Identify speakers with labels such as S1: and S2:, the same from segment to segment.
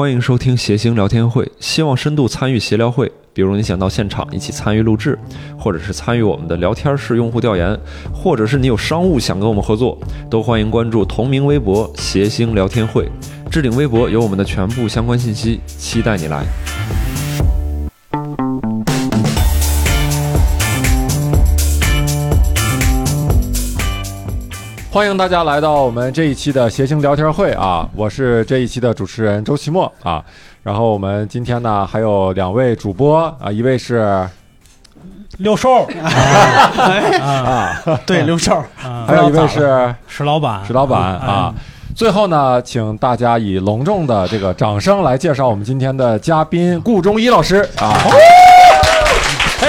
S1: 欢迎收听谐星聊天会，希望深度参与协聊会。比如你想到现场
S2: 嗯
S1: 一起参与录制，或者是参与我们的聊天室用户调研，或者是你有商务想跟我们合作，都欢迎关注同名微博“谐星聊天会”，置顶微博有我们的全部相关信息，期待你来。
S3: 欢迎大家来到我们这一期的谐星聊天会啊！我是这一期的主持人周奇墨啊。然后我们今天呢还有两位主播啊，一位是
S4: 六兽，
S3: 啊，
S2: 对，刘少，
S3: 还有一位是
S4: 啊石老板，哎
S3: 石老板啊。最后呢，请大家以隆重的这个掌声来介绍我们今天的嘉宾顾中医老师啊。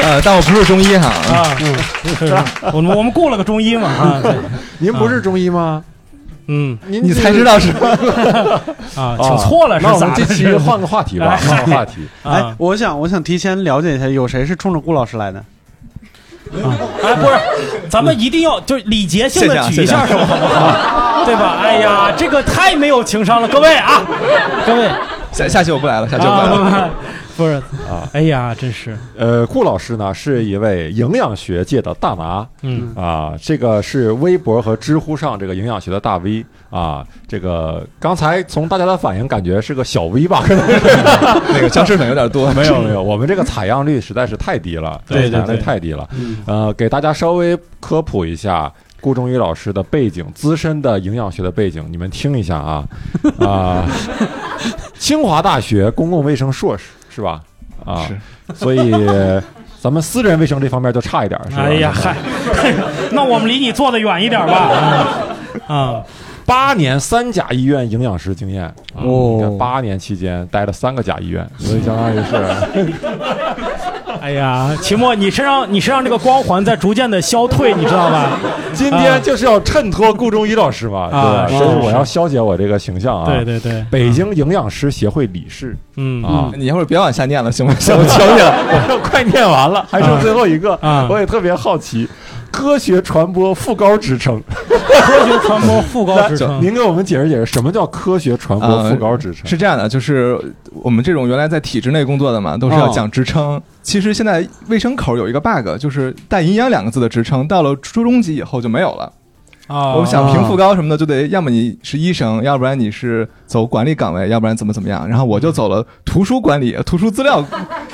S5: 呃，但我不是中医哈，
S4: 啊，嗯是我们我们雇了个中医嘛啊， 对
S3: 您不是中医吗？
S4: 嗯
S3: 您哦
S5: 你才 知道是吧？
S4: 啊，请错了是
S3: 那我们
S4: 咋
S3: 这
S4: 的？
S3: 期
S4: 是
S3: 换个话题 吧，换个话题。
S2: 哎
S4: 啊，，
S2: 我想我想提前了解一下，有谁是冲着顾老师来的？，
S4: 哎，不是，咱们一定要就是礼节性的举一下手，好不好？对吧？哎呀，这个太没有情商了，各位啊，各位
S5: 下下期我不来了，下期我不来 了。
S4: 啊，不是啊，哎呀，真是，
S3: 呃，顾老师呢是一位营养学界的大拿，
S4: 嗯
S3: 啊，这个是微博和知乎上这个营养学的大 V 啊，这个刚才从大家的反应感觉是个小 V 吧？
S5: 那个僵尸粉有点多，
S3: 没有没 有，我们这个采样率实在是太低了，
S4: 对对
S3: 采样率
S4: 对
S3: 太低了。
S4: 嗯
S3: 呃，给大家稍微科普一下顾中医老师的背景，资深的营养学的背景，你们听一下啊啊、清华大学公共卫生硕士是吧？啊，所以咱们私人卫生这方面就差一点儿，是吧？
S4: 哎呀，嗨， 那我们离你坐得远一点吧，啊啊，
S3: 八年三甲医院营养师经验，啊
S5: 哦
S3: 你看八年期间待了三个甲医院，嗯所以相当于是
S4: 哎呀，秦墨，你身上你身上这个光环在逐渐的消退，你知道吧？
S3: 今天就是要衬托顾中医老师嘛，
S4: 啊
S3: 对吧？
S4: 是
S3: 所以
S4: 是
S3: 我要消解我这个形象啊。
S4: 对对对，
S3: 北京营养师协会理事
S4: 嗯
S3: 啊，
S5: 你一会儿别往下念了，行吗？ 行
S3: 我求你 了，我要快念完了， 还剩最后一个
S4: 啊，
S3: 我也特别好奇，科学传播副高职称，
S4: 科学传播副高职称，啊
S3: 您给我们解释解释什么叫科学传播副高职称？
S5: 是这样的，就是我们这种原来在体制内工作的嘛，都是要讲职称。其实现在卫生口有一个 bug，就是带“营养”两个字的职称，到了初中级以后就没有了。
S4: 啊，
S5: 我们想评副高什么的，就得要么你是医生，要不然你是走管理岗位，要不然怎么怎么样。然后我就走了图书管理、图书资料，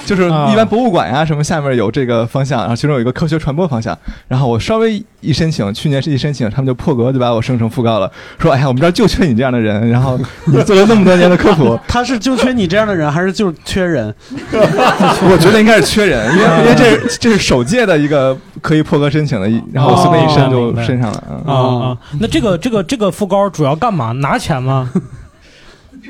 S5: 就是一般博物馆呀、什么下面有这个方向，然后其中有一个科学传播方向。然后我稍微一申请，去年是一申请，他们就破格就把我升成副高了，说哎呀，我们这儿就缺你这样的人。然后你做了那么多年的科普
S2: 他是就缺你这样的人，还是就缺人？
S5: 我觉得应该是缺人，因为因为这是这是首届的一个可以破格申请的一，然后我随便一申就申上了。嗯
S4: 啊啊，那这个这个这个副高主要干嘛？拿钱吗？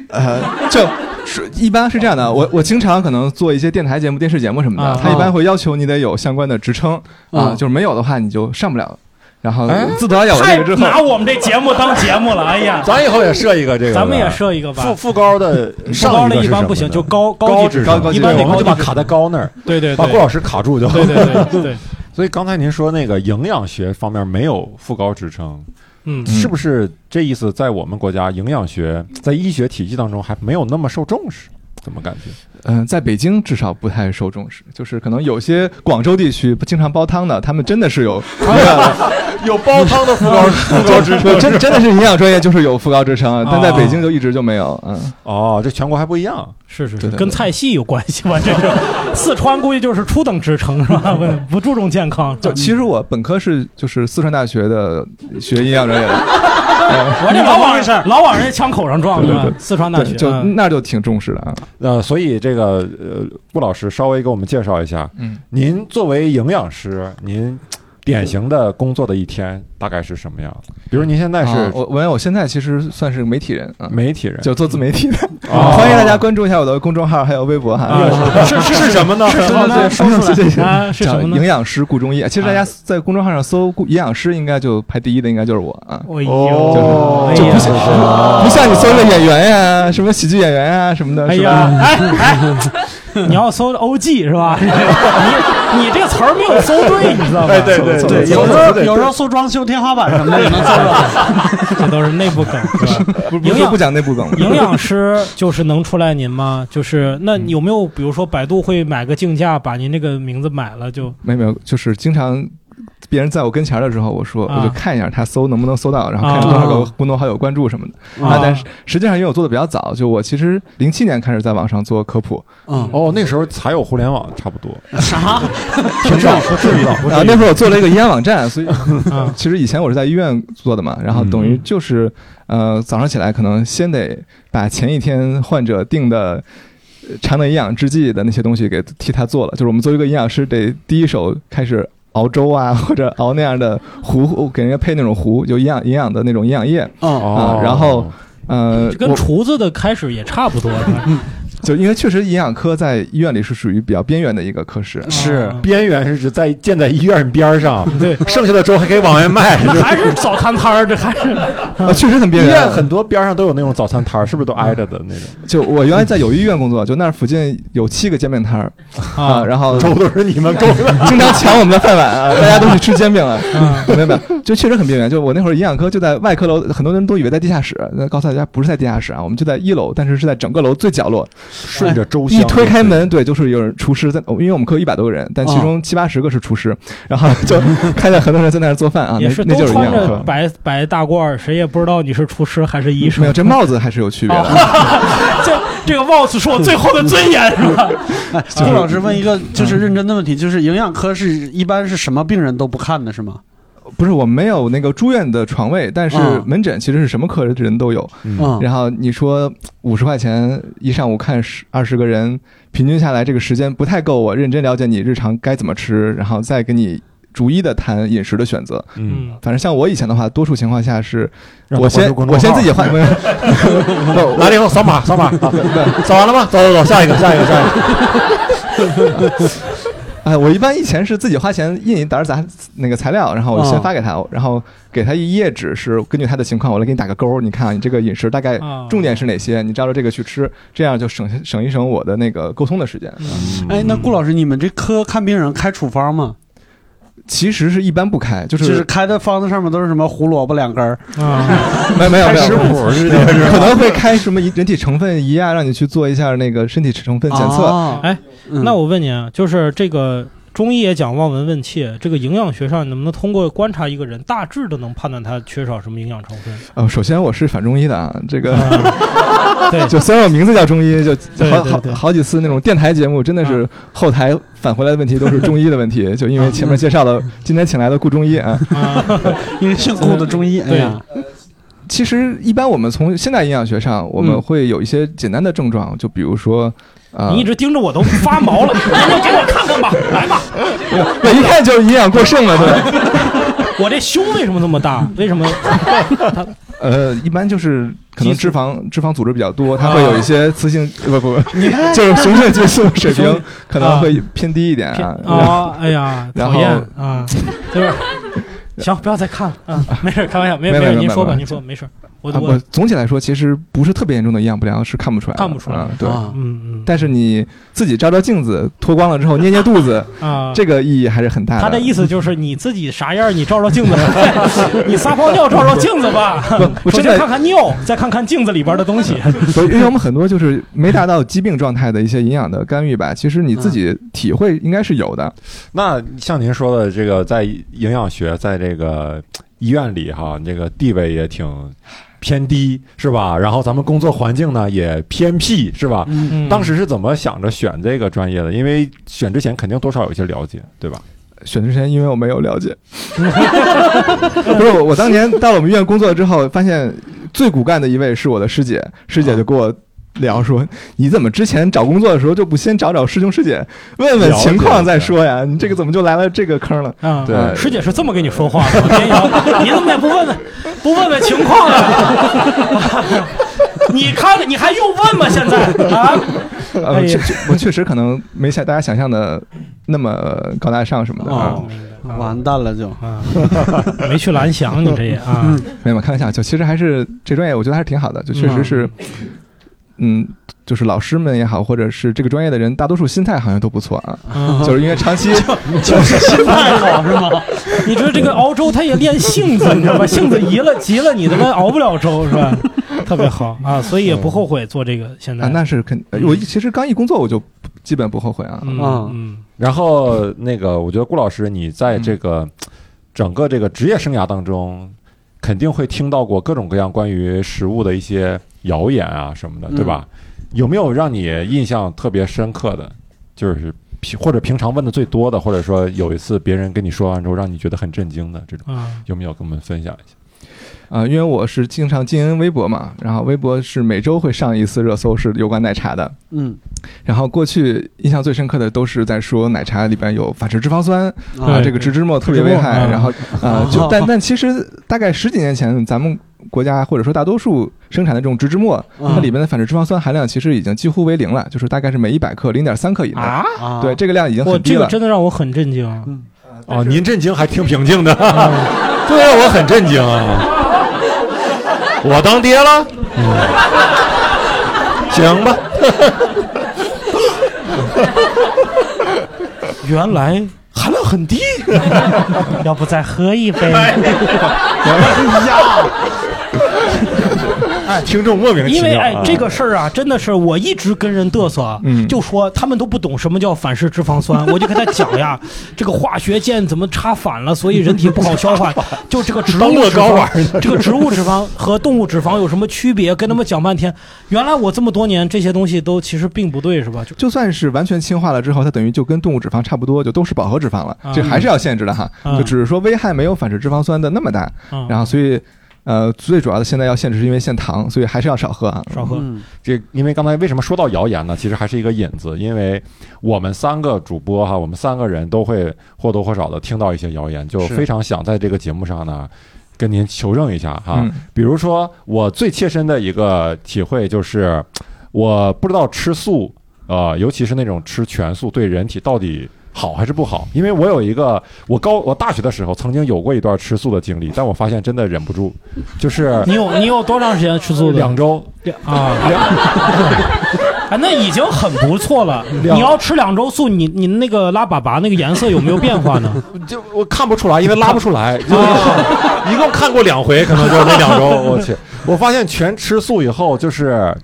S5: 呃，就是一般是这样的，我我经常可能做一些电台节目、电视节目什么
S4: 啊哦
S5: 的，他一般会要求你得有相关的职称啊，
S2: 嗯
S5: 就是没有的话你就上不了。然后
S4: 哎
S5: 自从有了
S4: 太
S5: 这个之后，
S4: 拿我们这节目当节目了，哎呀，
S3: 咱以后也设一个这个的，
S4: 咱们也设一个吧
S3: 副。副高的
S4: 副
S3: 上
S4: 高
S3: 个
S4: 的
S3: 是
S4: 一般
S3: 什
S4: 不
S3: 么
S4: 行，
S3: 呢
S4: 就高
S3: 高
S4: 高职
S3: 职
S4: 称
S3: 称，
S4: 一般得
S3: 我们
S4: 高
S3: 就把卡在高那儿，
S4: 对对对，
S3: 把顾老师卡住就。
S4: 对对对对，
S3: 所以刚才您说那个营养学方面没有副高职称，
S4: 嗯，
S3: 是不是这意思？在我们国家，营养学在医学体系当中还没有那么受重视，怎么感 觉？
S5: 嗯，在北京至少不太受重视，就是可能有些广州地区经常煲汤的，他们真的是有
S4: 哦
S3: 啊有煲汤的副高副高职
S5: 不真真的是营养专业就是有副高职称，但在
S4: 啊
S5: 北京就一直就没有。嗯，
S3: 哦，这全国还不一样。
S4: 是是
S5: 对
S4: 是，
S5: 对对
S4: 跟菜系有关系吧？这是四川估计就是初等职称是吧？不不注重健康，
S5: 就其实我本科是就是四川大学的学营养专业的。
S4: 我这老往老往人家枪口上撞是吧
S5: 对？
S4: 四川大
S5: 对，
S4: 学
S5: 就
S4: 嗯
S5: 那就挺重视的啊。
S3: 呃，所以这个呃，顾老师稍微给我们介绍一下，
S5: 嗯，
S3: 您作为营养师，您典型的工作的一天大概是什么样的？比如您现在
S5: 啊
S3: 是
S5: 我我我现在其实算是媒体人啊，
S3: 媒体人，
S5: 就做自媒体的，
S3: 哦
S5: 欢迎大家关注一下我的公众号还有微博哈。
S4: 啊
S3: 是是是什么呢？
S5: 对对 对，说出来
S4: 啊是什么呢啊
S5: 营？养师顾中医，其实大家在公众号上搜顾“营养师”，应该就排第一的应该就是我
S4: 哎
S5: 啊。
S3: 哦
S4: 呦，
S5: 就
S4: 哎
S5: 不
S4: 呀
S5: 像、不像你搜一个演员呀、什么喜剧演员呀、什么的，
S4: 哎
S5: 是
S4: 呀
S5: 吧？，
S4: 哎哎，你要搜 OG 是吧？ 你你这个词儿没有搜对，你知道吗？
S6: 哎，对对
S2: 对，
S6: 对，
S2: 有时候有时候搜装修天花板什么的也能搜到。
S4: 这都是内部梗，是吧？
S5: 不
S4: 营
S5: 不
S4: 养
S5: 不讲内部梗了。
S4: 营养师就是能出来您吗？就是那有没有比如说百度会买个竞价，把您这个名字买了就
S5: 没有没有，就是经常别人在我跟前儿的时候，我说
S4: 啊
S5: 我就看一下他搜能不能搜到，然后看有多少个
S2: 啊
S5: 公众号有关注什么的。
S4: 啊
S5: 啊，但是实际上因为我做的比较早，就我其实零七年开始在网上做科普，
S2: 嗯，
S3: 哦，那时候才有互联网，差不多。
S2: 啥？
S3: 挺早，不至于的，不
S5: 然后
S3: 至
S5: 啊那
S3: 于。
S5: 会儿我做了一个医院网站，所以
S4: 啊
S5: 其实以前我是在医院做的嘛，然后等于就是呃早上起来可能先得把前一天患者定的。呃肠的营养制剂的那些东西给替他做了，就是我们作为一个营养师，得第一手开始熬粥啊，或者熬那样的糊，给人家配那种糊，有营养营养的那种营养液，
S3: 哦
S2: 嗯，
S5: 啊然后呃，
S4: 就跟
S5: 我
S4: 厨子的开始也差不多是吧？
S5: 就因为确实营养科在医院里是属于比较边缘的一个科室，
S2: 是
S4: 啊
S3: 边缘是指在建在医院边 上，
S4: 对，
S3: 剩下的粥还可以往外卖。是吧
S4: 还是早餐摊儿，这还是
S5: 啊，确实很
S3: 医
S5: 边
S3: 院
S5: 缘。
S3: 很多边上都有那种早餐摊儿，是不是都挨着的那种？
S5: 就我原来在友谊医院工作，就那儿附近有七个煎饼摊儿啊，然 后
S3: 粥都是你 们粥，
S5: 经常抢我们的饭碗 啊，大家都去吃煎饼了。
S4: 啊
S5: 没有没有，就确实很边缘。就我那会儿营养科就在外科楼，很多人都以为在地下室，那告诉大家不是在地下室啊，我们就在一楼，但是是在整个楼最角落。
S3: 顺着粥香
S5: 一推开，门，对，就是有人厨师在，因为我们科一百多个人，但其
S4: 哦
S5: 中七八十个是厨师，然后就看见很多人在那儿做饭啊，那
S4: 也是
S5: 那
S4: 都
S5: 就是营
S4: 穿着
S5: 养科。
S4: 白白大褂儿，谁也不知道你是厨师还是医生
S5: 没。有，这帽子还是有区别
S4: 哦
S5: 的。
S4: 这这个帽子是我最后的尊严，是 吧？
S2: 哎，顾老师问一个就是认真的问题，就是营养科是一般是什么病人都不看的是吗？
S5: 不是，我们没有那个住院的床位，但是
S4: 哦
S2: 嗯
S5: 门诊其实是什么科的人都有。
S2: 嗯，
S5: 然后你说五十块钱一上午看十二十个人，平均下来这个时间不太够我认真了解你日常该怎么吃，然后再给你逐一的谈饮食的选择。
S3: 嗯，
S5: 反正像我以前的话，多数情况下是
S3: 让
S5: 我
S3: 他关
S5: 先
S3: 注公众
S5: 我先
S3: 号
S5: 自己换，没有 不
S3: 来了以后扫码，扫码， 啊扫完了吗？走走走，下一个，下一个，下一个。
S5: 哎，我一般以前是自己花钱印一沓杂那个材料，然后我先
S2: 哦
S5: 发给他，然后给他一页纸，是根据他的情况，我来给你打个勾儿，你看你这个饮食大概
S4: 啊
S5: 重点是哪些，你照着这个去吃，这样就省省一省我的那个沟通的时间。
S4: 嗯
S2: 哎，那顾老师，你们这科看病人开处方吗？
S5: 其实是一般不开，就
S2: 就是是开的方子上面都是什么胡萝卜两根儿？
S4: 啊，
S5: 没没有
S3: 开
S5: 没有
S3: 食
S5: 没有，
S3: 谱是这个是
S5: 可能会开什么人体成分仪啊，让你去做一下那个身体成分检测。
S2: 哦
S4: 哎，
S2: 嗯
S4: 那我问你啊，就是这个中医也讲望闻问切，这个营养学上你能不能通过观察一个人，大致的能判断他缺少什么营养成 分？
S5: 呃，首先我是反中医的啊，这 个
S4: 啊对，
S5: 就虽然我名字叫中医，就
S4: 对
S5: 好
S4: 对
S5: 好
S4: 对
S5: 好几次那种电台节目，真的是后台返回来的问题都是中医的问题，就因为前面介绍了今天请来的顾中医啊。
S4: 啊，
S2: 因为姓顾的中医，哎呀，
S5: 其实一般我们从现代营养学上，我们
S2: 嗯
S5: 会有一些简单的症状，就比如说。啊，
S4: 你一直盯着我都发毛了，你就给我看看吧，来吧，
S5: 我一看就是营养过剩了，对吧？
S4: 我这胸为什么这么大？为什么？
S5: 呃，一般就是可
S4: 激
S5: 能
S4: 素
S5: 脂肪脂肪组织比较多，它
S4: 啊
S5: 会有一些雌性呃不不，不 就是雄性激素水平可能会偏低一点
S4: 偏
S5: 啊。
S4: 哦，哎呀，
S5: 然
S4: 讨
S5: 后
S4: 厌啊， 就是。行，不要再看了啊！没事，开玩笑，没
S5: 没
S4: 事
S5: 有
S4: 没事，
S5: 没有
S4: 您说吧，
S5: 没有
S4: 您说，没事，我
S5: 啊，
S4: 我
S5: 我总体来说，其实不是特别严重的营养不良是看不出来的，
S4: 看不出来
S5: 啊对，
S2: 啊
S4: 嗯嗯
S5: 但是你自己照照镜子，脱光了之后捏捏肚子，
S4: 啊，
S5: 这个意义还是很大的。
S4: 他的意思就是你自己啥样，你照照镜子， 你撒泡尿照照镜子吧。
S5: 我
S4: 首
S5: 真
S4: 先
S5: 的
S4: 看看尿，再看看镜子里边的东西。
S5: 所以因为我们很多就是没达到疾病状态的一些营养的干预吧，其实你自己体会应该是有的。
S3: 那像您说的，这个在营养学，在这个医院里哈，你这个地位也挺偏低，是吧？然后咱们工作环境呢也偏僻，是吧？
S2: 嗯
S3: 当时是怎么想着选这个专业的？因为选之前肯定多少有一些了解，对吧？
S5: 选之前，因为我没有了解，不是我，我当年到了我们医院工作之后，发现最骨干的一位是我的师姐，师姐就跟我聊说，你怎么之前找工作的时候就不先找找师兄师姐，问问
S3: 了解
S5: 情况再说呀？你这个怎么就来了这个坑了？
S4: 啊，
S3: 对
S4: 师姐是这么跟你说话的，绵阳，啊你怎么也不问问，不问问情况 啊？你看看，你还用问吗？现在啊，哎
S5: 呃，
S4: 呀
S5: 确确我确实可能没像大家想象的那么高大上什么的啊。
S2: 哦完蛋了就。
S4: 啊， 没去蓝翔，你这也啊，
S5: 没有，开玩笑，就其实还是这专业，我觉得还是挺好的，就确实是嗯，就是老师们也好，或者是这个专业的人，大多数心态好像都不错啊，就是因为长期
S4: 就是心态好是吗？你知道这个熬粥，他也练性子，你知道吧？ 性子急了，急了，你他妈熬不了粥是 吧？特别好啊，所以也不后悔做这个。现在
S5: 啊，那是肯，呃我其实刚一工作我就不基本不后悔啊，
S4: 嗯
S2: 啊
S4: 嗯
S3: 然后那个，我觉得顾老师，你在这个整个这个职业生涯当中，肯定会听到过各种各样关于食物的一些谣言啊什么的，
S2: 嗯
S3: 对吧？有没有让你印象特别深刻的，就是平或者平常问的最多的，或者说有一次别人跟你说完之后让你觉得很震惊的这种，
S4: 啊
S3: 有没有跟我们分享一下？
S5: 啊、因为我是经常经营微博嘛，然后微博是每周会上一次热搜，是有关奶茶的。
S2: 嗯
S5: 然后过去印象最深刻的都是在说奶茶里边有反式脂肪酸啊，
S4: 对
S5: 这个植脂末特别危害。
S4: 嗯
S5: 然后 啊、就但但其实大概十几年前，咱们国家或者说大多数生产的这种植脂末，
S2: 嗯
S5: 它里边的反式脂肪酸含量其实已经几乎为零了，就是大概是每一百克零点三克以内。
S4: 啊！
S2: 啊，
S5: 对，这个量已经
S4: 我
S5: 很低
S4: 这
S5: 了。
S4: 个真的让我很震惊。啊
S3: 哦，您震惊还挺平静的，对我很震惊啊！我当爹了，嗯行吧。
S4: 原来含量很低， 要不再喝一 杯？
S3: 哎，听众莫名其
S4: 因为
S3: 妙啊。
S4: 哎，这个事儿啊，真的是我一直跟人嘚瑟啊，
S5: 嗯
S4: 就说他们都不懂什么叫反式脂肪酸，我就跟他讲 呀，这个化学键怎么插反了，所以人体不好消化。就这个植
S3: 当
S4: 物
S3: 乐
S4: 脂
S3: 高玩
S4: 肪，这个植物脂肪和动物脂肪有什么区别？跟他们讲半天，原来我这么多年这些东西都其实并不对，是吧？就
S5: 就算是完全氢化了之后，它等于就跟动物脂肪差不多，就都是饱和脂肪了
S4: 啊。
S5: 这还是要限制的哈，
S4: 啊
S5: 就只是说危害没有反式脂肪酸的那么大。
S4: 啊，
S5: 然后所以，呃，最主要的现在要限制是因为限糖，所以还是要少喝啊。
S4: 少喝。
S2: 嗯
S3: 这，因为刚才为什么说到谣言呢？其实还是一个引子，因为我们三个主播哈，我们三个人都会或多或少的听到一些谣言，就是非常想在这个节目上呢。跟您求证一下哈，
S5: 嗯
S3: 比如说我最切身的一个体会就是，我不知道吃素，呃，尤其是那种吃全素对人体到底好还是不好。因为我有一个，我高我大学的时候曾经有过一段吃素的经历，但我发现真的忍不住，就是
S4: 你有你有多长时间吃素的？
S3: 两周
S4: 啊，
S3: 两
S4: 哎，那已经很不错了。
S3: 两
S4: 你要吃两周素，你你那个拉粑粑那个颜色有没有变化呢？
S3: 就我看不出来，因为拉不出
S5: 哦
S3: 来，就 一共看过两回，可能就是那两周。我去，我发现全吃素以后就是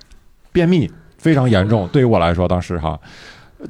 S3: 便秘非常严重，对于我来说当时哈。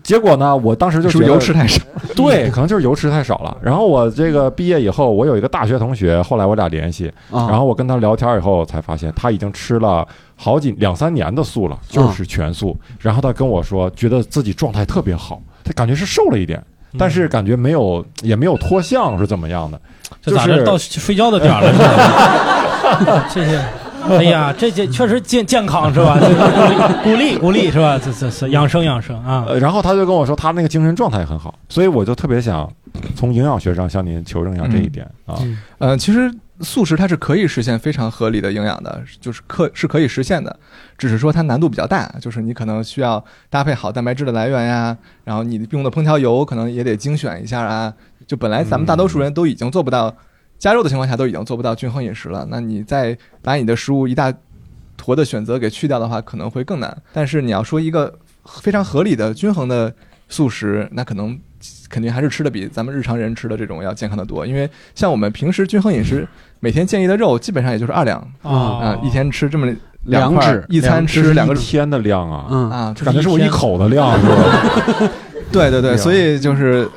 S3: 结果呢，我当时就是觉
S5: 不
S3: 得
S5: 是油吃太少？
S3: 对，可能就是油吃太少了。然后我这个毕业以后，我有一个大学同学，后来我俩联系，
S2: 啊，
S3: 然后我跟他聊天以后才发现，他已经吃了好几两三年的素了，就是全素。然后他跟我说，觉得自己状态特别好，他感觉是瘦了一点， 但是感觉没有也没有脱相是怎么样的。
S4: 这咋
S3: 就是
S4: 着到睡觉的点儿了是吧？ 谢谢。哎呀，这这确实健健康是吧？这个鼓励鼓励是吧？这这这养生养生啊！
S3: 呃，然后他就跟我说，他那个精神状态很好，所以我就特别想从营养学上向您求证一下这一点啊。
S4: 嗯
S5: 呃，其实素食它是可以实现非常合理的营养的，就是可是可以实现的，只是说它难度比较大，就是你可能需要搭配好蛋白质的来源呀，然后你用的烹调油可能也得精选一下啊。就本来咱们大多数人都已经做不到加肉的情况下都已经做不到均衡饮食了，那你再把你的食物一大坨的选择给去掉的话，可能会更难。但是你要说一个非常合理的均衡的素食，那可能。肯定还是吃的比咱们日常人吃的这种要健康的多，因为像我们平时均衡饮食，每天建议的肉基本上也就是二两
S4: 哦
S5: 啊，一天吃这么两块
S2: 两指
S5: 一餐
S3: 这
S5: 吃
S3: 是
S5: 两个
S3: 一天的量啊，
S2: 嗯
S5: 啊，
S3: 感觉是我一口的量，是吧？
S5: 对对
S3: 哎
S5: 对，
S3: 呀
S5: 所以就是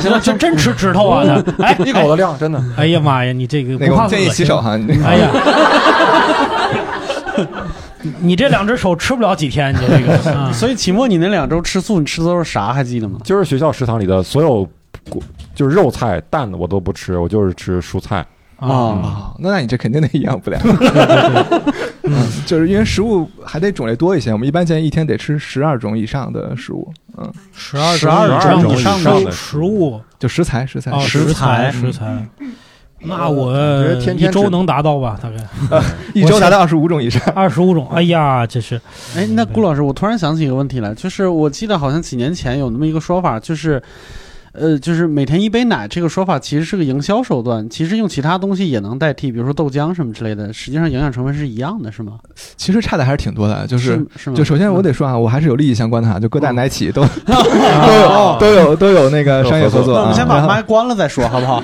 S4: 行了，这真吃指头啊！他哎，
S3: 一口的量，真的。
S4: 哎呀妈呀，你这个
S5: 那
S4: 不
S5: 个
S4: 怕
S5: 我建议
S4: 恶心
S5: 洗手哈，那个
S4: 哎呀，你这两只手吃不了几天，你这个啊
S2: 所以启末你那两周吃素，你吃的都是啥？还记得吗？
S3: 就是学校食堂里的所有果，就是肉菜、蛋我都不吃，我就是吃蔬菜。
S4: 啊！
S5: 啊，那那你这肯定得营养不良，嗯，就是因为食物还得种类多一些，我们一般建议一天得吃十二种以上的食物，嗯，
S4: 十二
S3: 12
S4: 种
S3: 种
S4: 以上
S3: 以上
S4: 的
S3: 的
S4: 食物
S5: 就食材食材
S4: 啊，，
S2: 食材
S4: 食材。那
S3: 我
S4: 我
S3: 觉得天
S4: 一
S3: 天
S4: 周
S3: 吃
S4: 能达到吧？大概
S5: 一周达到二十五种以上，
S4: 二十五种。
S2: 嗯
S4: 哎呀，这是
S2: 哎，那顾老师，我突然想起一个问题来，就是我记得好像几年前有那么一个说法，就是，呃，就是每天一杯奶这个说法其实是个营销手段，其实用其他东西也能代替，比如说豆浆什么之类的，实际上营养成分是一样的，是吗？
S5: 其实差的还是挺多的，就是。
S2: 是哦吗？
S5: 就首先我得说啊，我还是有利益相关的哈，就各大奶企都都有都有都有那个商业合作
S2: 那哦我
S5: 啊。
S2: 们嗯 先
S5: 然
S2: 把
S5: 后
S2: 麦关了再说，好不 好？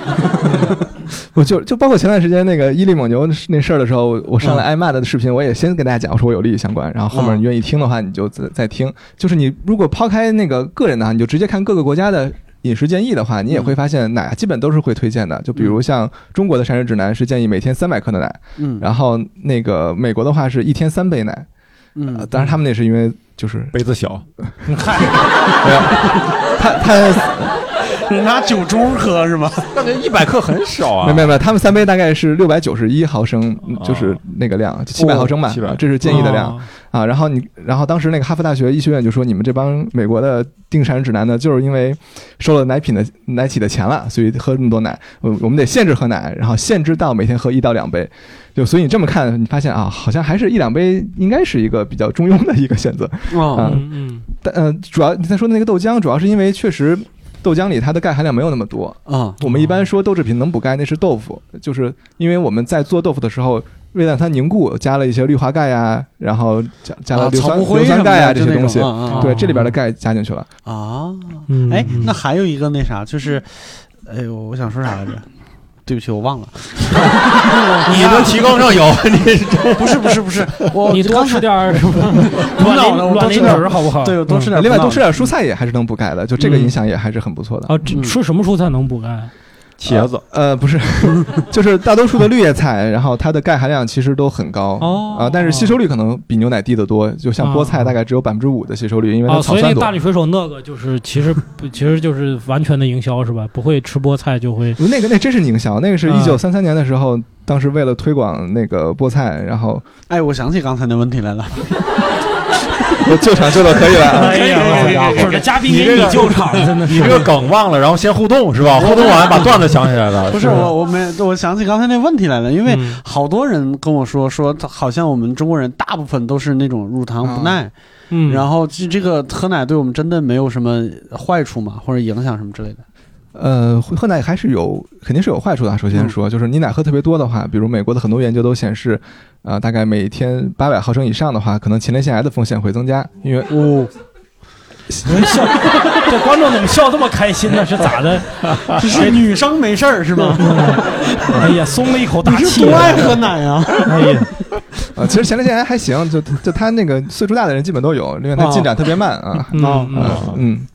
S5: 我就就包括前段时间那个伊利蒙牛那事儿的时候，我我上了艾玛的视频，我也先跟大家讲，我说我有利益相关，然后后
S2: 嗯
S5: 面你愿意听的话，你就再再听。就是你如果抛开那个个人的话，你就直接看各个国家的。饮食建议的话，你也会发现奶基本都是会推荐的，就比如像中国的膳食指南是建议每天三百克的奶，
S2: 嗯，
S5: 然后那个美国的话是一天三杯奶，呃
S2: 嗯，
S5: 当然他们那是因为就是
S3: 杯子小，
S4: 你看，
S5: 他他
S2: 拿酒盅喝是吗？
S3: 感觉一百克很少啊
S5: 没没没，他们三杯大概是六百九十一毫升，就是那个量，七百毫升吧
S3: 700，
S5: 这是建议的量。
S4: 哦，
S5: 啊，然后你，然后当时那个哈佛大学医学院就说，你们这帮美国的定产指南呢，就是因为收了奶品的奶企的钱了，所以喝这么多奶，我我们得限制喝奶，然后限制到每天喝一到两杯，就所以你这么看，你发现啊，好像还是一两杯应该是一个比较中庸的一个选择，
S2: 哦，
S4: 嗯嗯，
S5: 但呃，主要你在说的那个豆浆，主要是因为确实豆浆里它的钙含量没有那么多，
S2: 啊，
S5: 我们一般说豆制品能补钙，那是豆腐，就是因为我们在做豆腐的时候，为了让它凝固，加了一些氯化钙呀，然后加加了
S2: 啊
S5: 硫
S2: 草
S5: 酸、
S2: 木
S5: 硫
S2: 灰什
S5: 酸
S2: 么
S5: 钙呀
S2: 的
S5: 这些东西
S2: 就那。种啊
S5: 对，这里边的钙加进去了。
S2: 啊啊。
S4: 嗯
S2: 哎，
S4: 嗯
S2: 那还有一个那啥，就是，哎呦，我想说啥来着？对不起，我忘了。
S3: 你能提供上有，
S2: 不是不是不是，我
S4: 你多
S2: 刚
S4: 吃
S2: 才
S4: 点儿 什么
S2: 补
S4: 卵
S2: 脑的
S4: 磷
S2: 我多
S4: 卵
S2: 吃
S4: 磷
S2: 点儿
S4: 脂好不好？
S2: 对，我多吃
S4: 嗯
S2: 点。
S5: 另外多吃。点蔬菜也还是能补钙的，就这个
S4: 嗯
S5: 影响也还是很不错的。
S4: 啊，这
S2: 嗯
S4: 吃什么蔬菜能补啊钙？
S3: 茄 子
S5: 呃，不是， 就是大多数的绿叶菜，然后它的钙含量其实都很高
S4: 哦
S5: 啊，但是吸收率可能比牛奶低得多。就像菠菜，
S4: 哦
S5: 大概只有百分之五的吸收率，因为它
S2: 哦
S4: 啊，
S5: 草
S4: 所以
S5: 酸
S4: 那
S5: 多
S4: 大。力水手那个就是其实不其实就是完全的营销是吧？不会吃菠菜就 会
S5: 那个那真是营销，那个是
S4: 嗯
S5: 一九三三年的时候，当时为了推广那个菠菜，然后
S2: 哎，我想起刚才那问题来了。
S5: 我救场救的可以了啊。
S3: 哎呀
S4: 不是嘉宾
S3: 你
S4: 给
S3: 这
S4: 你
S3: 个
S4: 救场，真的
S3: 你
S2: 嗯
S3: 这个梗忘了，然后先互动是吧？互动完把段子想起来了，
S2: 不是我，我没，我想起刚才那问题来了，因为
S4: 嗯
S2: 好多人跟我说，说好像我们中国人大部分都是那种乳糖不耐，
S4: 嗯，
S2: 然后这这个喝奶对我们真的没有什么坏处嘛，或者影响什么之类的。
S5: 呃，喝喝奶还是有肯定是有坏处的啊。首先说，就是你奶喝特别多的话，比如美国的很多研究都显示，呃，大概每天八百毫升以上的话，可能前列腺癌的风险会增加， 因为
S2: 哦，
S4: 笑， 这观众怎么笑这么开心呢？是咋的？
S2: 只是女生没事儿是吗？嗯
S4: 哎呀，松了一口大
S2: 你是
S4: 气
S2: 多。爱喝奶啊！
S4: 哎呀，
S5: 呃，其实前列腺癌还行，就就他那个岁数大的人基本都有，因为它进展特别慢啊。
S4: 嗯
S2: 哦
S4: 嗯
S5: 呃哦 嗯，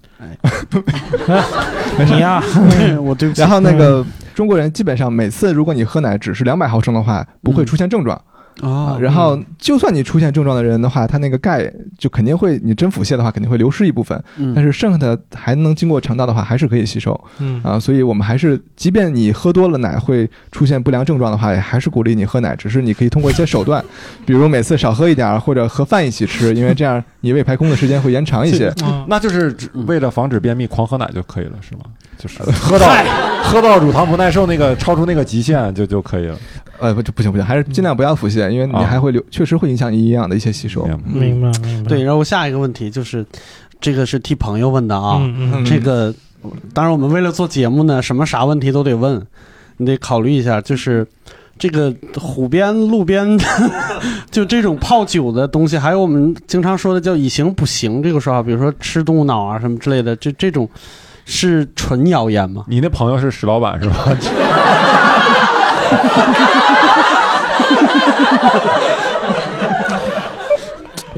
S4: 你呀，
S2: 对我对不起
S5: 然后那个中国人基本上每次如果你喝奶只是两百毫升的话，不会出现症状。啊
S2: 啊，
S5: 然后就算你出现症状的人的话，他那个钙就肯定会，你真腹泻的话肯定会流失一部分，
S2: 嗯
S5: 但是剩下的还能经过肠道的话，还是可以吸收
S4: 嗯
S5: 啊。所以我们还是，即便你喝多了奶会出现不良症状的话，也还是鼓励你喝奶，只是你可以通过一些手段，比如每次少喝一点儿，或者和饭一起吃，因为这样你胃排空的时间会延长 一些。
S4: 嗯
S3: 那就是只为了防止便秘，狂喝奶就可以了，是吗？就是喝到喝到乳糖不耐受那个超出那个极限就就可以了。
S5: 呃，不，不行不行，还是尽量不要腹泻，因为你
S3: 啊
S5: 还会流，确实会影响营养的一些吸收。
S3: 明
S4: 明白明白。
S2: 对，然后下一个问题就是，这个是替朋友问的啊。
S4: 嗯嗯
S5: 嗯
S2: 这个，当然我们为了做节目呢，什么啥问题都得问，你得考虑一下，就是。这个湖边、路边， 就这种泡酒的东西，还有我们经常说的叫“以形补形”这个说法，比如说吃动物脑啊什么之类的，这这种是纯谣言吗？
S3: 你那朋友是史老板是 吧？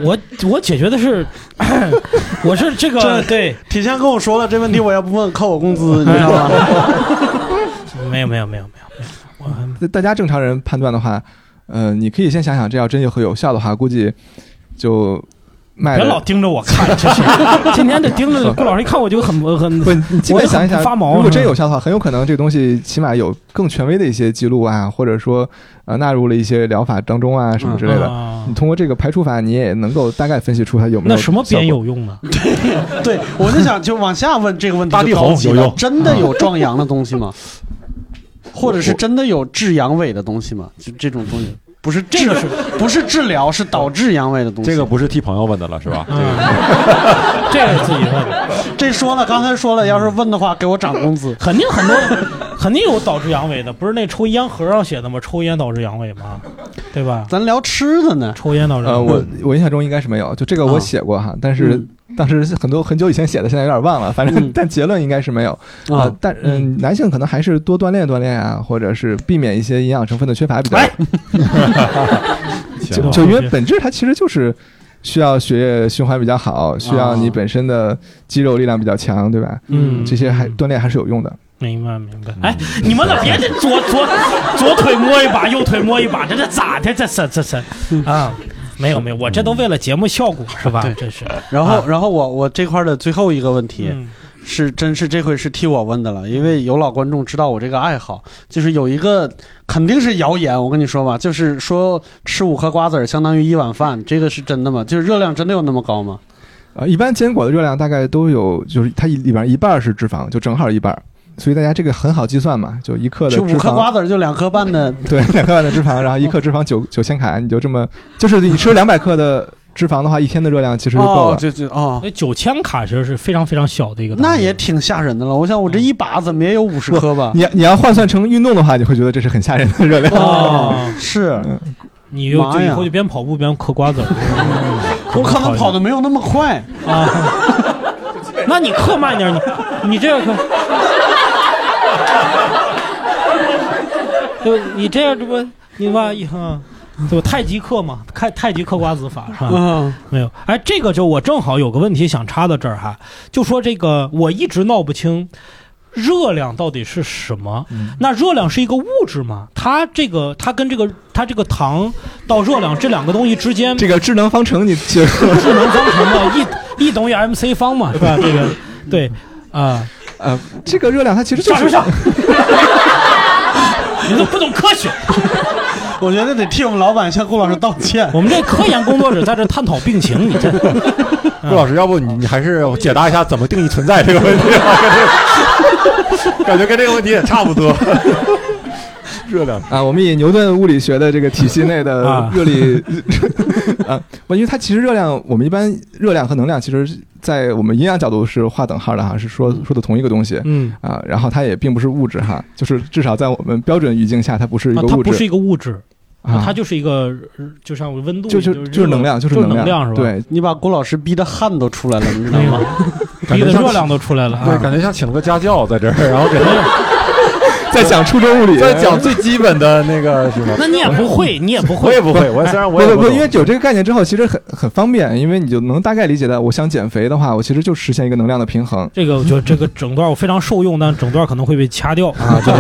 S4: 我我解决的 是，我是这个
S2: 这
S4: 对，
S2: 提前跟我说了这问题，我要不问扣我工资，你知道 吗？
S4: 没有没有没有没有，我还
S5: 嗯那大家正常人判断的话，呃，你可以先想想，这要真有和有效的话，估计就卖
S4: 别老
S5: 了。
S4: 盯着我看，真是哎天 天得盯着顾老师一看我就很很
S5: 不，你基本想一
S4: 我
S5: 想，
S4: 也很发毛
S5: 如果真有效的话，很有可能这个东西起码有更权威的一些记录啊，或者说呃纳入了一些疗法当中啊什么之类的。
S4: 啊
S5: 你通过这个排除法，你也能够大概分析出它有没有
S4: 那什么
S5: 效
S4: 边
S5: 果
S4: 有用呢？
S2: 对，我就想就往下问这个问题就
S3: 大地红
S2: 高级
S3: 有
S2: 了，
S3: 用啊
S2: 真的有壮 阳的东西吗？或者是真的有治阳痿的东西吗？就这种东西，不是
S4: 这
S2: 治
S4: 个是，
S2: 不是治疗，是导致阳痿的东西。
S3: 这个不是替朋友问的了是吧？
S4: 嗯，这个自己问的，
S2: 这说了，刚才说了，要是问的话，给我涨工资。
S4: 肯定很多， 肯定有导致阳痿的，不是那抽烟盒上写的吗？抽烟导致阳痿吗？对吧？
S2: 咱聊吃的呢，
S4: 抽烟导致阳
S5: 呃，
S4: 痿
S5: 我我印象中应该是没有，就
S4: 嗯
S5: 这个我写过哈，但是当时很多很久以前写的，现在有点忘了，反正、
S2: 嗯
S5: 但结论应该是没有
S2: 啊
S5: 呃但嗯、男性可能还是多锻炼锻炼啊，或者是避免一些营养成分的缺乏比较
S4: 哎
S5: 好。
S3: 行
S5: 就
S4: 吧
S3: 啊
S5: 就因为本质它其实就是需要血液循环比较好，需
S2: 啊
S5: 要你本身的肌肉力量比较强，对吧？
S4: 嗯
S5: 这些还锻炼还是有用的。
S4: 明白明
S2: 嗯
S4: 白。哎，你们老别这左左左腿摸一把，右腿摸一把，这这咋的？这这这这啊，没有没有，我这都为了节目效果是吧
S2: 对？
S4: 这是
S2: 然
S4: 啊
S2: 后，然后我我这块的最后一个问题，
S4: 嗯
S2: 是，真是这回是替我问的了，因为有老观众知道我这个爱好，就是有一个肯定是谣言，我跟你说吧，就是说吃五颗瓜子儿相当于一碗饭，这个是真的吗？就是热量真的有那么高吗？
S5: 呃，一般坚果的热量大概都有，就是它里边一半是脂肪，就正好一半。所以大家这个很好计算嘛，就一克的
S2: 就
S5: 脂肪，
S2: 五颗瓜子儿就两颗半 的，
S5: 对，两克半的脂肪，然后一克脂肪九九千卡，你就这么，就是你吃两百克的脂肪的话，一天的热量其实就够
S2: 哦
S5: 了，。
S2: 就就哦，
S4: 那哎九千卡其实是非常非常小的一个单位，
S2: 那也挺吓人的了。我想我这一把怎么也有五十颗吧？
S5: 你你要换算成运动的话，你会觉得这是很吓人的热量。
S2: 哦，是
S5: 嗯
S4: 你就就
S2: 妈
S4: 以
S2: 呀
S4: 后就边跑步边嗑瓜子儿，
S2: 我可能跑的没有那么快，
S4: 啊。 那你嗑慢点，你你这样嗑， 就你这样这不你吧一啊，对吧？太极嗑嘛，太太极嗑瓜子法是吧？
S2: 嗯
S4: 没有，哎，这个就我正好有个问题想插到这儿哈，就说这个我一直闹不清热量到底是什么。
S5: 嗯
S4: 那热量是一个物质吗？它这个它跟这个它这个糖到热量这两个东西之间
S5: 这个智能方程你接受？
S4: 智能方程嘛，一一等于 mc 方嘛，是吧？这个对啊，
S5: 呃，这个热量它其实就
S4: 上
S5: 是
S4: 上上， 你都不懂科学。
S2: 我觉得得替我们老板向顾老师道歉。
S4: 我们这科研工作者在这探讨病情，你这
S3: 顾老师，要不你你还是解答一下怎么定义存在这个问题啊？感觉跟这个问题也差不多。 热量
S5: 啊，我们以牛顿物理学的这个体系内的
S4: 啊
S5: 热力 啊，不因为它其实热量，我们一般热量和能量其实，在我们营养角度是划等号的哈，是说说的同一个东西。
S4: 嗯
S5: 啊，然后它也并不是物质哈，就是至少在我们标准语境下，它不是一
S4: 啊
S5: 个，
S4: 它
S5: 物质
S4: 不是一个物质。
S5: 啊，
S4: 它就是一个，呃就像温度，
S5: 就就
S4: 就是
S5: 就是能量，
S4: 就是能
S5: 量，
S4: 是吧？，
S5: 对，
S2: 你把顾老师逼的汗都出来了，你知道
S4: 没有
S2: 吗？，
S4: 逼的热量都出来了
S3: 对，
S4: 啊！
S3: 感觉像请了个家教在这儿，然后给他
S5: 在讲初中物 理，
S3: 在讲最基本的那个什么。
S4: 那你也不会，你也不
S3: 我
S4: 会
S3: 也不会，我虽然
S5: 不
S3: 我也
S5: 不不，
S3: 懂
S5: 因为有这个概念之后，其实很很方便，因为你就能大概理解到，我想减肥的话，我其实就实现一个能量的平衡。
S4: 这个，我觉得这个整段我非常受用，但整段可能会被掐掉
S3: 啊，就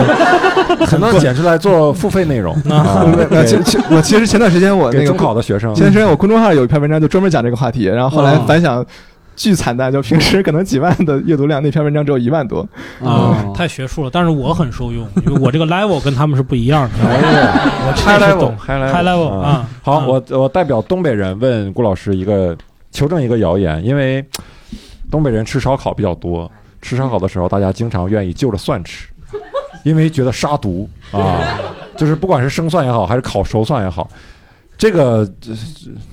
S3: 是可 能剪出来做付费内容 啊，
S5: 那呃其其我其实前段时间我
S3: 给
S5: 那个
S3: 中考的学生
S5: 前。段时间我公众号有一篇文章就专门讲这个话题，然后后来
S2: 哦
S5: 反响巨惨淡，就平时可能几万的阅读量，那篇文章只有一万多。
S4: 啊
S2: 哦
S4: 太学术了，但是我很受用，因为我这个 level 跟他们是不一样的。
S3: 哎呀
S4: 我
S3: ，high
S4: 真的是
S3: level
S4: 懂
S3: high level
S4: high level 啊。
S3: 好，
S4: 嗯
S3: 我我代表东北人问顾老师一个求证一个谣言，因为东北人吃烧烤比较多，吃烧烤的时候大家经常愿意就着蒜吃，因为觉得杀毒啊，就是不管是生蒜也好，还是烤熟蒜也好，这个这这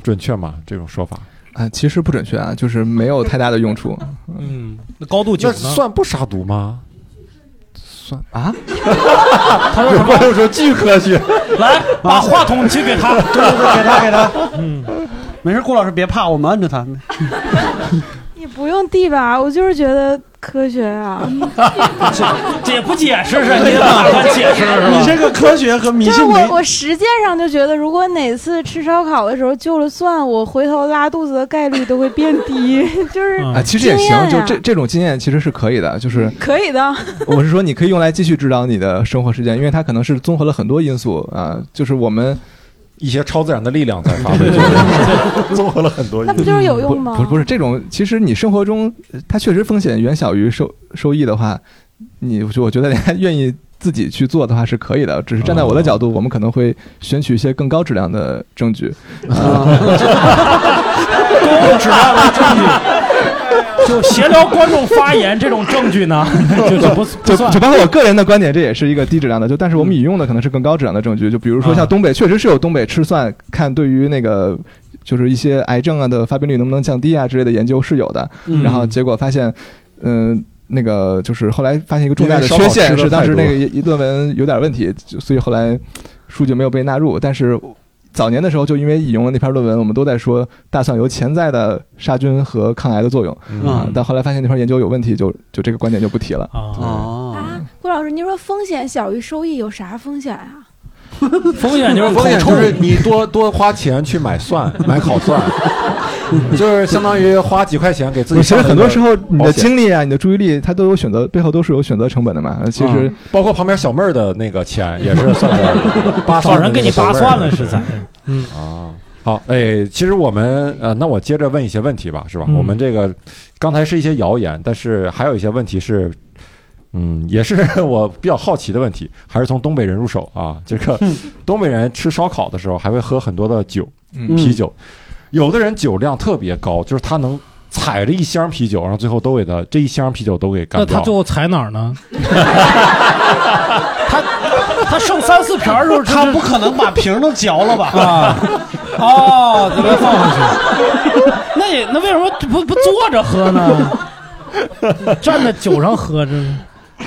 S3: 准确吗？这种说法？
S5: 啊，其实不准确啊，就是没有太大的用处
S4: 嗯，那高度酒
S3: 那
S4: 呢？
S3: 蒜不杀毒吗？蒜
S5: 啊。
S3: 他说 观众说巨科学，
S4: 来，把话筒去给他。
S2: 对对对，给他给他，嗯，没事，顾老师别怕，我们摁着他。
S6: 你不用递吧，我就是觉得科学啊。
S4: 解不解释是？你打算解释是
S2: 你
S4: 吧？
S2: 这个科学和迷
S6: 就是
S2: 信没
S6: 我，我实践上就觉得，如果哪次吃烧烤的时候就了蒜，我回头拉肚子的概率都会变 低，就是
S5: 啊，
S4: 嗯
S5: 其实也
S6: 经
S5: 行
S6: 验，
S5: 就
S6: 呀
S5: 这这种经验其实是可以的，就是
S6: 可以的。
S5: 我是说，你可以用来继续指导你的生活实践，因为它可能是综合了很多因素啊、就是我们
S3: 一些超自然的力量在发挥作用，综合了很多因
S6: 那
S3: 素
S6: 不。就是有
S5: 不
S6: 用吗？
S5: 不不是这种，其实你生活中呃它确实风险远小于收收益的话，你我觉得 大家愿意自己去做的话是可以的，只是站在我的角度，我们可能会选取一些更高质量的证据。
S2: 啊，
S4: 啊 高质量的证据，就闲聊观众发言这种证据 呢，就就不不
S5: 就
S4: 算
S5: 就。包括我个人的观点，这也是一个低质量的，就但是我们引用的可能是更高质量的证据，就比如说像东北，确实是有东北吃蒜，看对于那个就是一些癌症啊的发病率能不能降低啊之类的研究是有的，
S4: 嗯
S5: 然后结果发现，嗯、那个就是后来发现一个重大
S3: 因为
S5: 的
S3: 烧烤
S5: 缺陷
S3: 吃得
S5: 是当时
S3: 太
S5: 那
S3: 多
S5: 个一一论文有点问题，就所以后来数据没有被纳入，但是。早年的时候，就因为引用了那篇论文，我们都在说大蒜有潜在的杀菌和抗癌的作用啊、
S2: 嗯
S5: 但后来发现那篇研究有问题，就就这个观点就不提了。
S4: 啊，
S2: 哦，
S6: 啊，顾老师，您说风险小于收益有啥风险啊？
S4: 风险就是
S3: 风险
S4: 口
S3: 就
S4: 臭
S3: 是你多多花钱去买 蒜，买烤蒜，就是相当于花几块钱给自己
S5: 其
S3: 上
S5: 实
S3: 了一个。
S5: 很多时候，你
S3: 保
S5: 的
S3: 险
S5: 精力啊，你的注意力，它都有选择，背后都是有选择成本的嘛。其实
S3: 嗯包括旁边小妹儿的那个钱也是 算在扒
S4: 找
S3: 蒜的那个小妹儿。
S4: 啊人给你扒蒜了是咋？
S3: 啊。好，哎，其实我们呃，那我接着问一些问题吧，是吧？
S4: 嗯
S3: 我们这个刚才是一些谣言，但是还有一些问题是，嗯，也是 我比较好奇的问题，还是从东北人入手啊。这个
S4: 嗯
S3: 东北人吃烧烤的时候还会喝很多的酒，
S5: 嗯
S3: 啤酒，有的人酒量特别高，就是他能踩着一箱啤酒，然后最后都给他这一箱啤酒都给干
S4: 那
S3: 掉
S4: 他
S3: 了。
S4: 最后踩哪儿呢？ 他他剩三四瓶儿的时
S2: 他
S4: 候，
S2: 不可能把瓶儿都嚼了吧？
S4: 啊，哦，你给放回去。那也那为什么不不坐着喝呢？站在酒上喝着呢，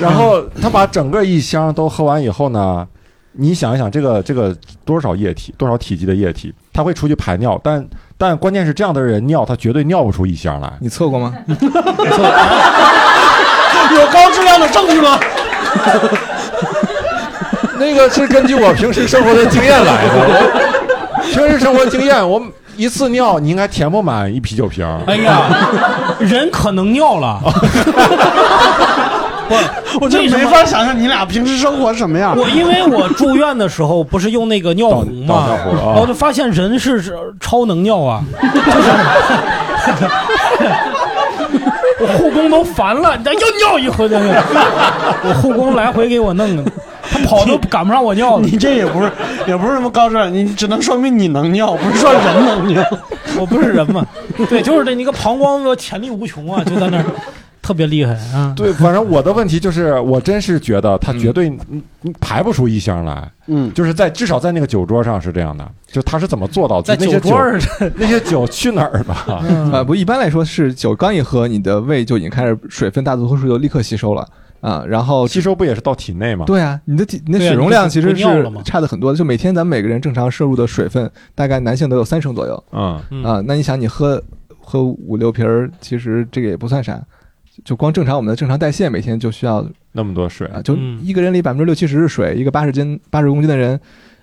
S3: 然后他把整个一箱都喝完以后呢，你想一想，这个这个多少液体，多少体积的液体，他会出去排尿，但但关键是这样的人尿，他绝对尿不出一箱来。
S5: 你测过吗？
S4: 有高质量的证据吗？
S3: 那个是根据我平时生活的经验来的，我 平时生活经验，我一次尿你应该填不满一啤酒瓶。
S4: 哎呀，人可能尿 了。不，
S2: 我
S4: 为
S2: 真
S4: 什
S2: 没
S4: 么
S2: 法想象你俩平时生活什么样。
S4: 我因为我住院的时候不是用那个尿壶嘛，
S3: 倒倒尿壶啊
S4: 然后就发现人是是超能 尿啊，就是我护工都烦了，你再又尿一回，真是我护工来回给我弄的，他跑都赶不上我尿的，
S2: 你这也不是，也不是什么高质量，你只能说明你能尿，不是说人能尿。
S4: 我不是人嘛，对，就是这，你个膀胱的潜力无穷啊，就在那儿特别厉害啊，
S3: 对，反正我的问题就是，我真是觉得他绝对嗯排不出一箱来，
S2: 嗯，
S3: 就是在至少在那个酒桌上是这样的，就他是怎么做到
S4: 在
S3: 那些
S4: 酒桌儿
S3: 那些酒去哪儿 吧？
S5: 啊，不，一般来说是酒刚一喝，你的胃就已经开始水分大多数就立刻吸收了啊。然后，
S3: 哦吸收不也是到体内吗？
S5: 对啊，你的体你的
S4: 对啊
S5: 水容量其
S4: 你
S5: 实
S4: 不尿了
S5: 是
S4: 吗
S5: 差的很多的。就每天咱们每个人正常摄入的水分，大概男性都有三升左右
S3: 嗯，
S4: 嗯
S5: 啊。那你想，你喝喝五六瓶儿，其实这个也不算啥。就光正常我们的正常代谢，每天就需要
S3: 那么多水，
S5: 啊，就
S4: 嗯
S5: 一个人里百分之六七十是水，一个八十斤八十公斤的人，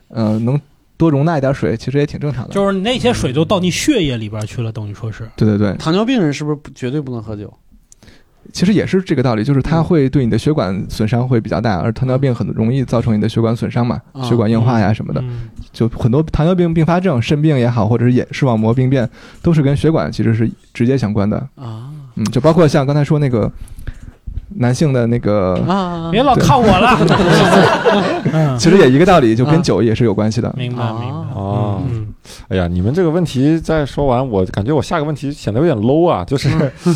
S5: 呃，能多容纳一点水，其实也挺正常的。
S4: 就是那些水就到你血液里边去了，等于说是，
S5: 对对对，
S2: 糖尿病人是不是不绝对不能喝酒？
S5: 其实也是这个道理，就
S4: 嗯
S5: 是它会对你的血管损伤会比较大，而糖尿病很容易造成你的血管损伤嘛，
S2: 啊
S5: 血管硬化呀什么的，
S4: 嗯
S5: 就很多糖尿病并发症、肾病也好，或者是眼视网膜病变，都是跟血管其实是直接相关的。
S2: 啊
S5: 嗯，就包括像刚才说那个男性的那个，
S2: 啊
S4: 别老看我 了，嗯，
S5: 其实也一个道理，就
S2: 啊
S5: 跟酒也是有关系的。
S4: 明白明白。
S5: 啊
S3: 哦，
S4: 嗯，
S3: 哎呀，你们这个问题再说完，我感觉我下个问题显得有点 low 啊，就是，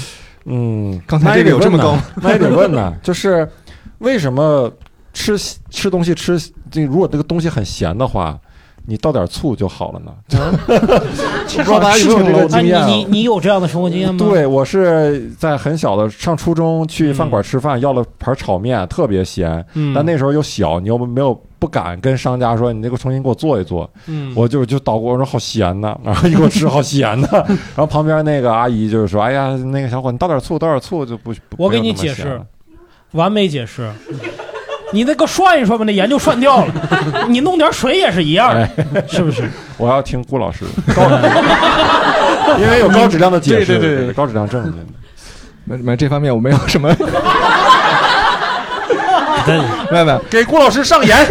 S3: 嗯，
S5: 刚才这个有这么高吗
S3: 那也得问呢，那也得问呢，就是为什么吃吃东西吃这如果这个东西很咸的话，你倒点醋就好了呢？
S5: 不知道大家有没有
S4: 那
S5: 这个经
S4: 你
S5: 验啊？
S4: 你你有这样的生活经
S5: 嗯
S4: 验吗？，
S3: 对，我是在很小的上初中去饭
S5: 嗯
S3: 馆吃饭，要了盘炒面，特别咸，
S4: 嗯，
S3: 但那时候又小，你又没有不敢跟商家说你那个重新给我做一做，
S4: 嗯，
S3: 我就就捣鼓，我说好咸呐， 然后一给我吃好咸 呐，然后旁边那个阿姨就是说，哎呀，那个小伙你倒点醋，倒点醋就不，不
S4: 我给你解释，完美解释。你那个涮一涮吧，那盐就涮掉了。 你弄点水也是一样
S5: 哎
S4: 的，是不是？
S3: 我要听顾老师高， 因为有高质量的解释，
S2: 对对对对
S3: 高质量证据。
S5: 没没这方面我没有 什么， 没有没有
S3: 给顾老师上盐，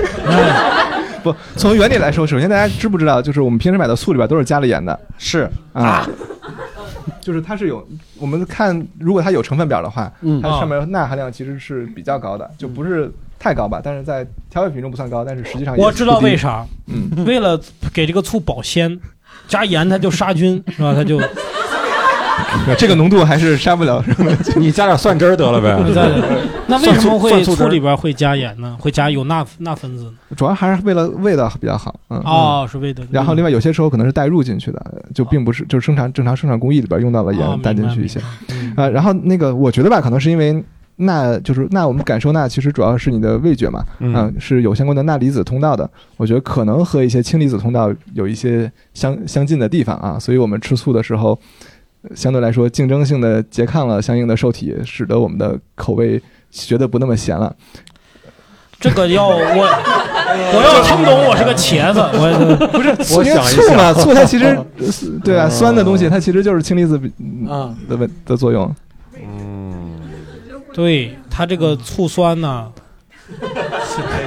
S5: 不，从原理来说，首先大家知不知道，就是我们平时买的醋里边都是加了盐的
S2: 是
S5: 啊，就是它是有，我们看如果它有成分表的话，
S2: 嗯
S5: 它上面钠含量其实是比较高的，就不是太高吧，但是在调味品中不算高，但是实际上也
S4: 我知道
S5: 不低
S4: 为，啥，
S5: 嗯，
S4: 为了给这个醋保鲜，加盐它就杀菌，是吧？它就
S5: 这个浓度还是杀不了。
S3: 你加点蒜汁儿得了 呗。
S4: 那为什么会
S3: 算醋汁
S4: 醋里边会加盐呢？会加有钠钠分子呢？
S5: 主要还是为了味道比较好，嗯。
S4: 哦，是为的。
S5: 然后另外有些时候可能是代入进去的，就并不是就是生产正常生产工艺里边用到了
S4: 哦
S5: 盐带进去一些。。
S4: 明白明白
S5: 啊，然后那个我觉得吧，可能是因为钠，就是钠，我们感受钠其实主要是你的味觉嘛，
S3: 嗯
S5: 啊是有相关的钠离子通道的。我觉得可能和一些氢离子通道有一些相相近的地方啊，所以我们吃醋的时候，呃相对来说竞争性的拮抗了相应的受体，使得我们的口味觉得不那么咸了。
S4: 这个要我，我要听懂我是个茄子， 我
S5: 不是，
S3: 我
S5: 因为
S3: 想一
S5: 醋嘛，
S3: 想
S5: 醋它 其实对吧，酸的东西它其实就是氢离子比嗯
S2: 啊，
S5: 的问的作用。
S3: 嗯，
S4: 对它这个醋酸呢，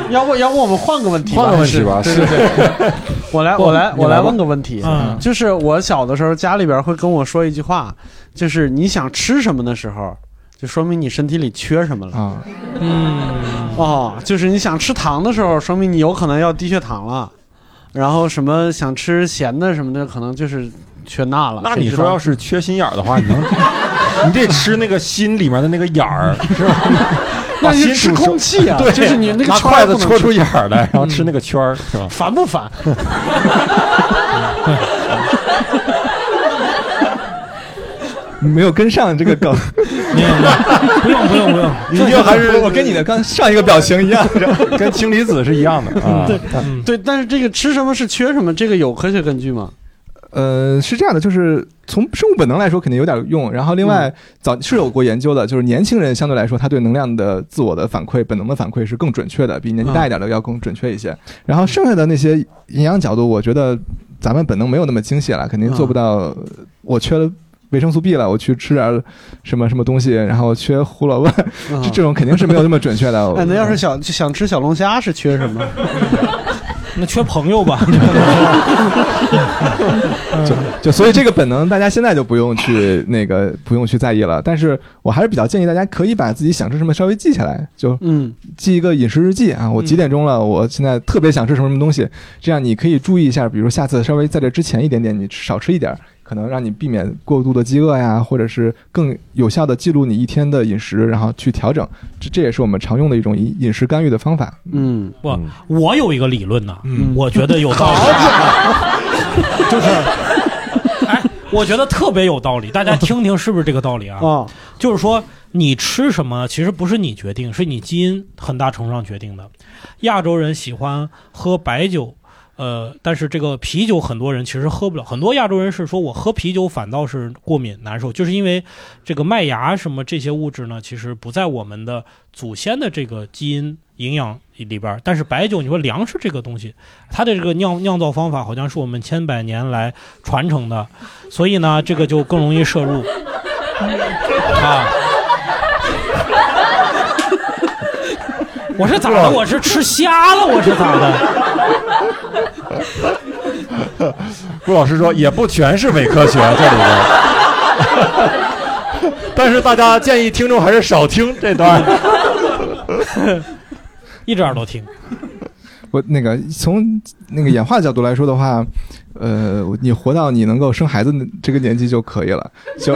S2: 要不要不我们换个问题吧？
S3: 换个问题吧，
S2: 还是
S3: 是
S2: 我来我来
S5: 你
S2: 我来
S5: 来吧
S2: 问个问题，
S4: 嗯
S2: 就是我小的时候家里边会跟我说一句话，就是你想吃什么的时候，就说明你身体里缺什么了。
S5: 啊，
S4: 嗯，
S2: 哦，就是你想吃糖的时候，说明你有可能要低血糖了。然后什么想吃咸的什么的，可能就是缺钠了。
S3: 那你
S2: 谁知
S3: 说
S2: 道
S3: 要是缺心眼儿的话，你 能，你得吃那个心里面的那个眼儿，是吧？
S2: 那
S3: 把
S2: 你
S3: 心
S2: 就吃
S3: 煮熟
S2: 空气啊，
S3: 对，
S2: 就是你那个
S3: 拿
S2: 圈儿
S3: 筷子
S2: 不能
S3: 戳
S2: 吃
S3: 出眼儿来，然后吃那个圈儿，是吧？
S2: 烦不烦？
S5: 没有跟上这个梗，
S4: 没有没 有不用不用不用，
S3: 你就还是
S5: 我跟你的刚上一个表情一样。
S3: 跟氢离子是一样的啊。
S2: 对
S4: 嗯，
S2: 对，但是这个吃什么是缺什么，这个有科学根据吗？
S5: 呃，是这样的，就是从生物本能来说肯定有点用，然后
S2: 嗯
S5: 另外早是有过研究的，就是年轻人相对来说他对能量的自我的反馈、本能的反馈是更准确的，比年纪大一点的要更准确一
S2: 嗯
S5: 些。然后剩下的那些营养角度，我觉得咱们本能没有那么精细了，肯定做不到。我缺了。维生素 B 了，我去吃点什么什么东西，然后缺胡萝卜，
S2: 啊
S5: 这这嗯种肯定是没有那么准确的。
S2: 哎，那要是想想吃小龙虾是缺什么？
S4: 那缺朋友吧？
S2: 嗯
S5: 就就所以这个本能，大家现在就不用去那个不用去在意了。但是我还是比较建议大家可以把自己想吃什么稍微记下来，就
S2: 嗯，
S5: 记一个饮食日记啊。我几点钟了？我现在特别想吃什么什么东西，这样你可以注意一下，比如下次稍微在这之前一点点，你吃少吃一点儿，可能让你避免过度的饥饿呀，或者是更有效的记录你一天的饮食，然后去调整。这这也是我们常用的一种饮饮食干预的方法。
S2: 嗯
S4: 不
S3: 嗯，
S4: 我有一个理论呢，
S2: 嗯
S4: 我觉得有道理， 就是，哎，我觉得特别有道理，大家听听是不是这个道理啊？
S2: 哦，
S4: 就是说，你吃什么其实不是你决定，是你基因很大程度上决定的。亚洲人喜欢喝白酒，呃，但是这个啤酒很多人其实喝不了，很多亚洲人是说我喝啤酒反倒是过敏难受，就是因为这个麦芽什么这些物质呢，其实不在我们的祖先的这个基因营养里边儿。但是白酒，你说粮食这个东西，它的这个酿酿造方法好像是我们千百年来传承的，所以呢，这个就更容易摄入。啊。我是咋的？我是吃虾了？我是咋的？
S3: 顾老师说也不全是伪科学，这里边。 但是大家建议听众还是少听这段。
S4: 一点儿都听。
S5: 我那个从那个演化角度来说的话，呃，你活到你能够生孩子的这个年纪就可以了，就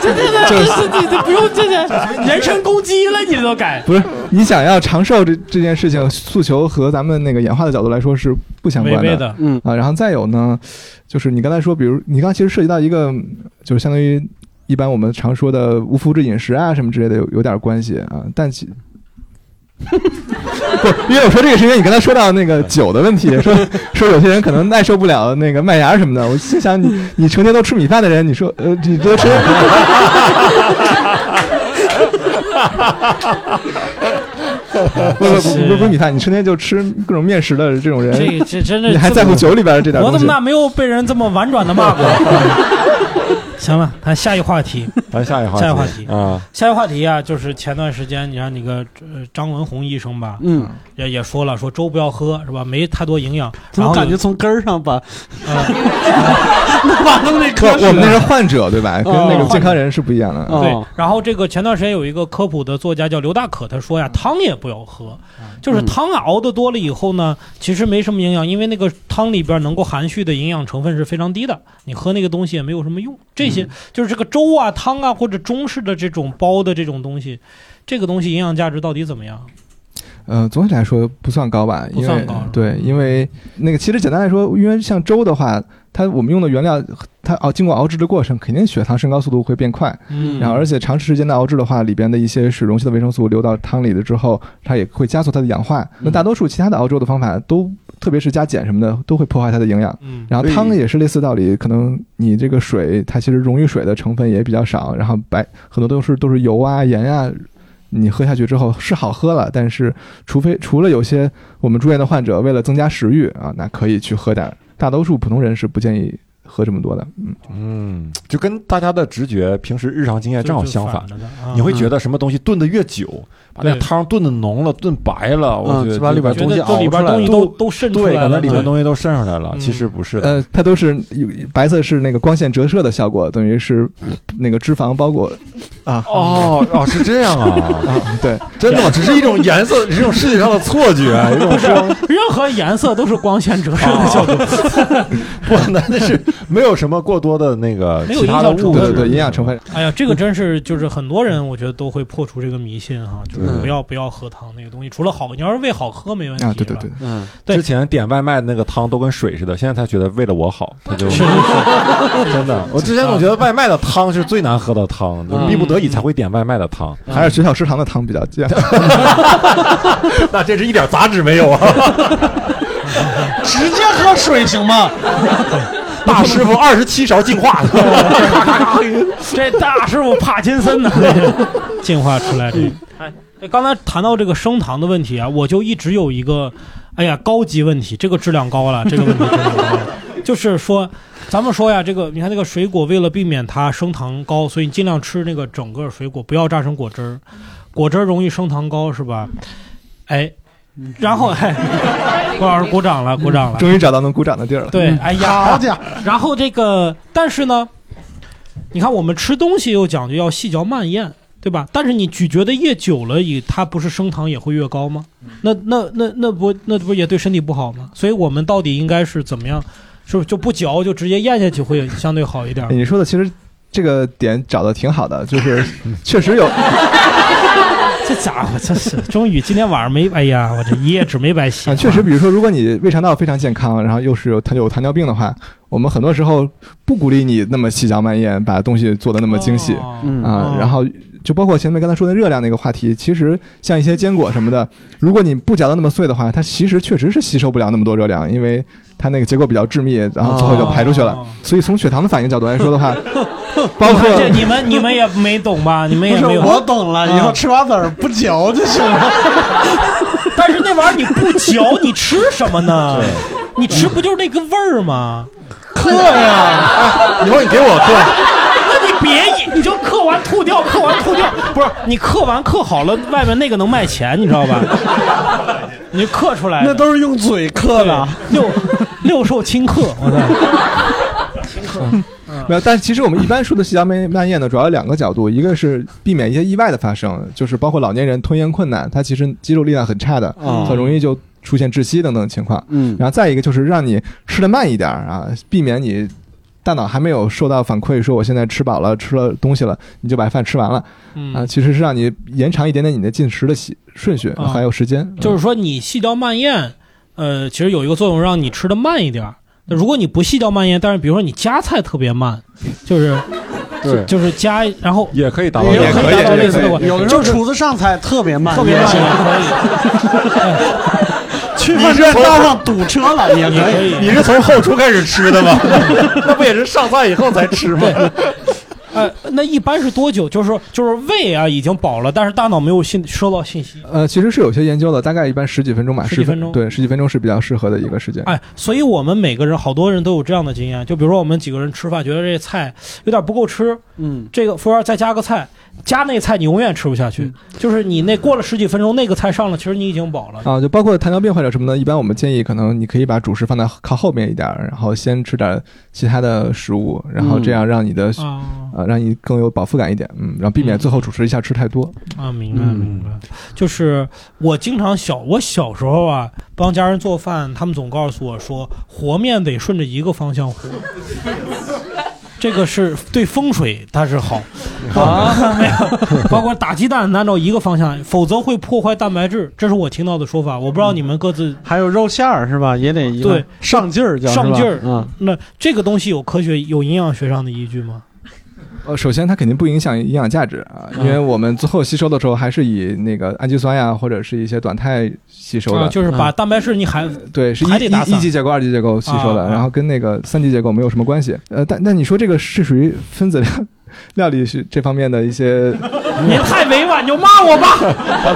S4: 对对对，就是 你这不用这这 人身攻击了，你都敢？
S5: 不是你想要长寿这这件事情诉求和咱们那个演化的角度来说是不相
S4: 违
S5: 关
S4: 背
S5: 的。
S4: 的，
S2: 嗯
S5: 啊，然后再有呢，就是你刚才说，比如你刚其实涉及到一个，就是相当于一般我们常说的无麸质饮食啊什么之类的有有点关系啊，但其不，因为我说这个是因为你刚才说到那个酒的问题，说说有些人可能耐受不了那个麦芽什么的，我心想你你成天都吃米饭的人，你说呃你都吃，不不不不不米饭，你成天就吃各种面食的这种人，
S4: 这这真的
S5: 你还在乎酒里边的这点
S4: 我
S5: 东
S4: 怎
S5: 西
S4: 么？那没有被人这么婉转的骂 过？行了，咱下一话题。
S3: 咱下一话题，
S4: 下一话题
S3: 啊，
S4: 下一话题啊，就是前段时间你让那个呃张文宏医生吧，
S2: 嗯，
S4: 也也说了，说粥不要喝，是吧？没太多营养。
S2: 怎
S4: 然
S2: 么
S4: 后
S2: 感
S4: 有
S2: 觉从根儿上 把
S4: 呃
S2: 把他们那
S5: 不，
S2: 科学
S5: 我们那是啊患者对吧？跟那
S2: 哦
S5: 个健康人是不一样的。
S2: 哦
S4: 对，然后这个前段时间有一个科普的作家叫刘大可，他
S3: 嗯
S4: 说呀，汤也不要喝，就是汤熬的多了以后呢，其实没什么营养，因为那个汤里边能够含蓄的营养成分是非常低的，你喝那个东西也没有什么用。这
S3: 嗯
S4: 些就是这个粥啊、汤啊，或者中式的这种包的这种东西，这个东西营养价值到底怎么样？
S5: 呃，总体来说不算高吧，因
S4: 不
S5: 为
S4: 算高
S5: 对，因为那个其实简单来说，因为像粥的话，它我们用的原料，它熬经过熬制的过程，肯定血糖升高速度会变快，
S4: 嗯
S5: 然后而且长时间的熬制的话，里边的一些水溶性的维生素流到汤里了之后，它也会加速它的氧化。
S4: 嗯
S5: 那大多数其他的熬粥的方法都，特别是加碱什么的，都会破坏它的营养。
S4: 嗯
S5: 然后
S7: 对
S5: 汤也是类似道理，可能你这个水它其实溶于水的成分也比较少，然后白很多都是都是油啊盐啊，你喝下去之后是好喝了，但是除非除了有些我们住院的患者为了增加食欲啊，那可以去喝点儿，大多数普通人是不建议喝这么多的。嗯，
S3: 嗯，就跟大家的直觉、平时日常经验正好相反。
S4: 就就反着的啊
S3: 你会觉得什么东西炖的越久，把那
S4: 对
S3: 汤炖的浓了、炖白了，我
S2: 嗯
S3: 觉得
S2: 就把里边
S3: 这
S4: 觉
S3: 东
S4: 得
S3: 西
S4: 这
S3: 熬
S4: 里
S3: 出
S4: 边
S3: 来
S4: 东西
S3: 了，
S4: 都都渗出
S3: 对，
S4: 来
S3: 感觉
S4: 了，
S3: 里面
S4: 对
S3: 东西都渗上来了，
S4: 嗯
S3: 其实不是的。
S5: 呃，它都是有白色是那个光线折射的效果，等于是那个脂肪包裹啊。
S3: 哦哦，是这样啊，
S5: 啊，对，
S3: 真的吗，只是一种颜 色，一种视觉上的错觉，啊一 种是
S4: 任何颜色都是光线折射
S3: 哦
S4: 的效果。
S3: 不，那那是没有什么过多的那个
S4: 没有
S3: 其他的
S4: 营养成
S3: 物
S4: 分
S3: 质，
S5: 对对，营养成分。
S4: 哎呀，这个真是就是很多人，我觉得都会破除这个迷信哈，就是
S3: 对
S4: 不要不要喝汤那个东西，除了好，你要是为好喝没问题
S5: 嗯啊，对对
S4: 吧
S5: 对，
S2: 嗯，
S4: 对
S3: 之前点外卖那个汤都跟水似的，现在他觉得为了我好，他就 真的。我之前总觉得外卖的汤是最难喝的汤，就
S2: 嗯
S3: 逼不得已才会点外卖的汤。
S5: 还是学校食堂的汤比较 健康。
S3: 那这是一点杂质没 有啊！
S2: 直接喝水行吗？
S3: 大师傅二十七勺净 化，
S4: 这大师傅帕金森呢， 进化出来的。哎，哎刚才谈到这个升糖的问题啊，我就一直有一个，哎呀，高级问题，这个质量高了，这个问题质量高了。就是说，咱们说呀，这个你看那个水果，为了避免它升糖高，所以尽量吃那个整个水果，不要榨成果汁儿，果汁儿容易升糖高，是吧？哎，然后哎，郭老师鼓掌了，鼓掌了。
S5: 终于找到能鼓掌的地儿了。
S4: 对，哎呀，
S2: 好家伙，
S4: 然后这个，但是呢，你看我们吃东西又讲究要细嚼慢咽，对吧？但是你咀嚼的越久了，也它不是升糖也会越高吗？那那那那不那不也对身体不好吗？所以我们到底应该是怎么样？是不是就不嚼就直接咽下去会相对好一点
S5: 哎？你说的其实这个点找的挺好 的，就是确实有，啊
S4: 这家伙真是，终于今天晚上没，哎呀，我这一夜纸没白写、
S5: 啊，确实，比如说，如果你胃肠道非常健康，然后又是有糖有糖尿病的话，我们很多时候不鼓励你那么细嚼慢咽，把东西做的那
S4: 那
S5: 么精细。
S2: 嗯
S5: 啊
S4: 哦，
S5: 然后就包括前面刚才说的热量那个话题，其实像一些坚果什么的，如果你不嚼的那么碎的话，它其实确实是吸收不了那么多热量，因为它那个结构比较致密，然后最后就排出去了。
S4: 哦
S5: 所以从血糖的反应角度来说 的话，包
S4: 你看这
S5: 括
S4: 你们你们也没懂吧？你们
S2: 嗯不
S4: 也
S2: 是
S4: 没有。啊
S2: 我懂了，以后吃瓜子儿不嚼就行 了。
S4: 但是那玩意儿你不嚼，你吃什么呢？你吃不就是那个味儿 吗？
S2: 嗑呀，
S3: 以啊后你给我嗑，
S4: 那你别，你就嗑完吐掉，嗑完吐掉，不是你嗑完嗑好了，外面那个能卖钱，你 知道吧？你就嗑出来的，
S2: 那都是用嘴嗑的。
S4: 六六兽亲嗑，我
S3: 啊
S4: 操！
S5: 没有，但其实我们一般说的细嚼慢慢咽呢，主要有两个角度，一个是避免一些意外的发生，就是包括老年人吞咽困难，他其实肌肉力量很差的，
S4: 嗯
S2: 啊
S5: 很容易就出现窒息等等情况。
S2: 嗯
S5: 然后再一个就是让你吃的慢一点儿啊，避免你大脑还没有受到反馈，说我现在吃饱了，吃了东西了，你就把饭吃完了啊。
S4: 嗯，
S5: 其实是让你延长一点点你的进食的习顺序，
S4: 啊
S5: 还有时间。
S4: 就是说你细嚼慢咽，呃，其实有一个作用，让你吃的慢一点儿。那如果你不细嚼慢咽，但是比如说你夹菜特别慢，就是
S3: 对，
S4: 就是夹，然后
S3: 也可以达到这
S5: 也
S3: 个。
S5: 可
S4: 达
S5: 以
S4: 到类似
S5: 也
S4: 的
S5: 可
S4: 我
S5: 以
S2: 有的时候厨子上菜特别慢，
S4: 特别慢
S2: 行。
S4: 也可以。
S2: 去饭店道上堵车了 也
S4: 也可
S2: 可以。
S4: 以
S3: 你是从后厨开始吃的吗？ 那不也是上菜以后才吃吗？
S4: 呃，那一般是多久？就是说就是胃啊已经饱了，但是大脑没有信收到信息。
S5: 呃，其实是有些研究的，大概一般十几分钟吧，
S4: 十
S5: 十
S4: 几分钟
S5: 对，十几分钟是比较适合的一个时间。
S4: 哎，所以我们每个人，好多人都有这样的经验。就比如说我们几个人吃饭，觉得这菜有点不够吃，
S2: 嗯，
S4: 这个服务员再加个菜，加那菜你永远吃不下去。就是你那过了十几分钟，那个菜上了，其实你已经饱了。
S5: 啊，就包括糖尿病患者什么的，一般我们建议可能你可以把主食放在靠后面一点儿，然后先吃点其他的食物，然后
S4: 嗯
S5: 这样让你的、
S4: 啊
S5: 呃让你更有饱腹感一点，嗯，然后避免最后主食一下吃太多。
S4: 啊，明白
S2: 嗯
S4: 明白。就是我经常小，我小时候啊，帮家人做饭，他们总告诉我说，和面得顺着一个方向和。 这个是对风水它是好
S2: 啊，
S4: 没有，包括打鸡蛋按照一个方向，否则会破坏蛋白质，这是我听到的说法，我不知道
S3: 嗯
S4: 你们各自
S2: 还有肉馅儿是吧？也得一个
S4: 对
S2: 上劲儿叫
S4: 上劲儿
S2: 啊，
S4: 那这个东西有科学有营养学上的依据吗？
S5: 呃，首先它肯定不影响营养价值啊，因
S4: 嗯
S5: 为我们最后吸收的时候还是以那个氨基酸呀，或者是一些短肽吸收
S4: 啊，
S5: 的，
S3: 嗯
S4: 就是把蛋白质你还
S5: 对，是一
S4: 还得打
S5: 一
S4: 散
S5: 一级结构、二级结构吸收
S4: 啊
S5: 的，
S4: 啊
S5: 然后跟那个三级结构没有什么关系。呃，但但你说这个是属于分子料料理学这方面的一些，
S4: 你太委婉，你就骂我吧，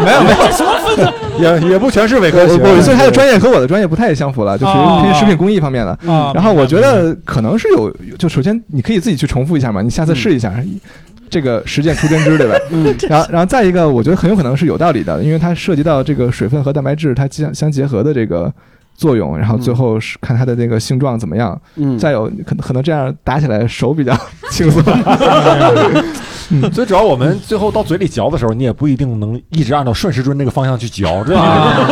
S5: 没有没有，
S4: 这什么分子
S3: 也也不全是伪科
S5: 我
S3: 学。啊
S5: 我所以他的专业和我的专业不太相符了，就属于
S2: 哦
S5: 偏食品工艺方面的。
S4: 啊？
S5: 然后我觉得可能是有，就首先你可以自己去重复一下嘛，你下次试一下，这个实践出真知，对吧？
S2: 嗯，
S5: 然后，然后再一个，我觉得很有可能是有道理的，因为它涉及到这个水分和蛋白质它相相结合的这个作用，然后最后是看它的这个性状怎么样。
S2: 嗯，
S5: 再有，可能可能这样打起来手比较 轻松。
S3: 最主要我们最后到嘴里嚼的时候，你也不一定能一直按照顺时针那个方向去嚼，知道吗？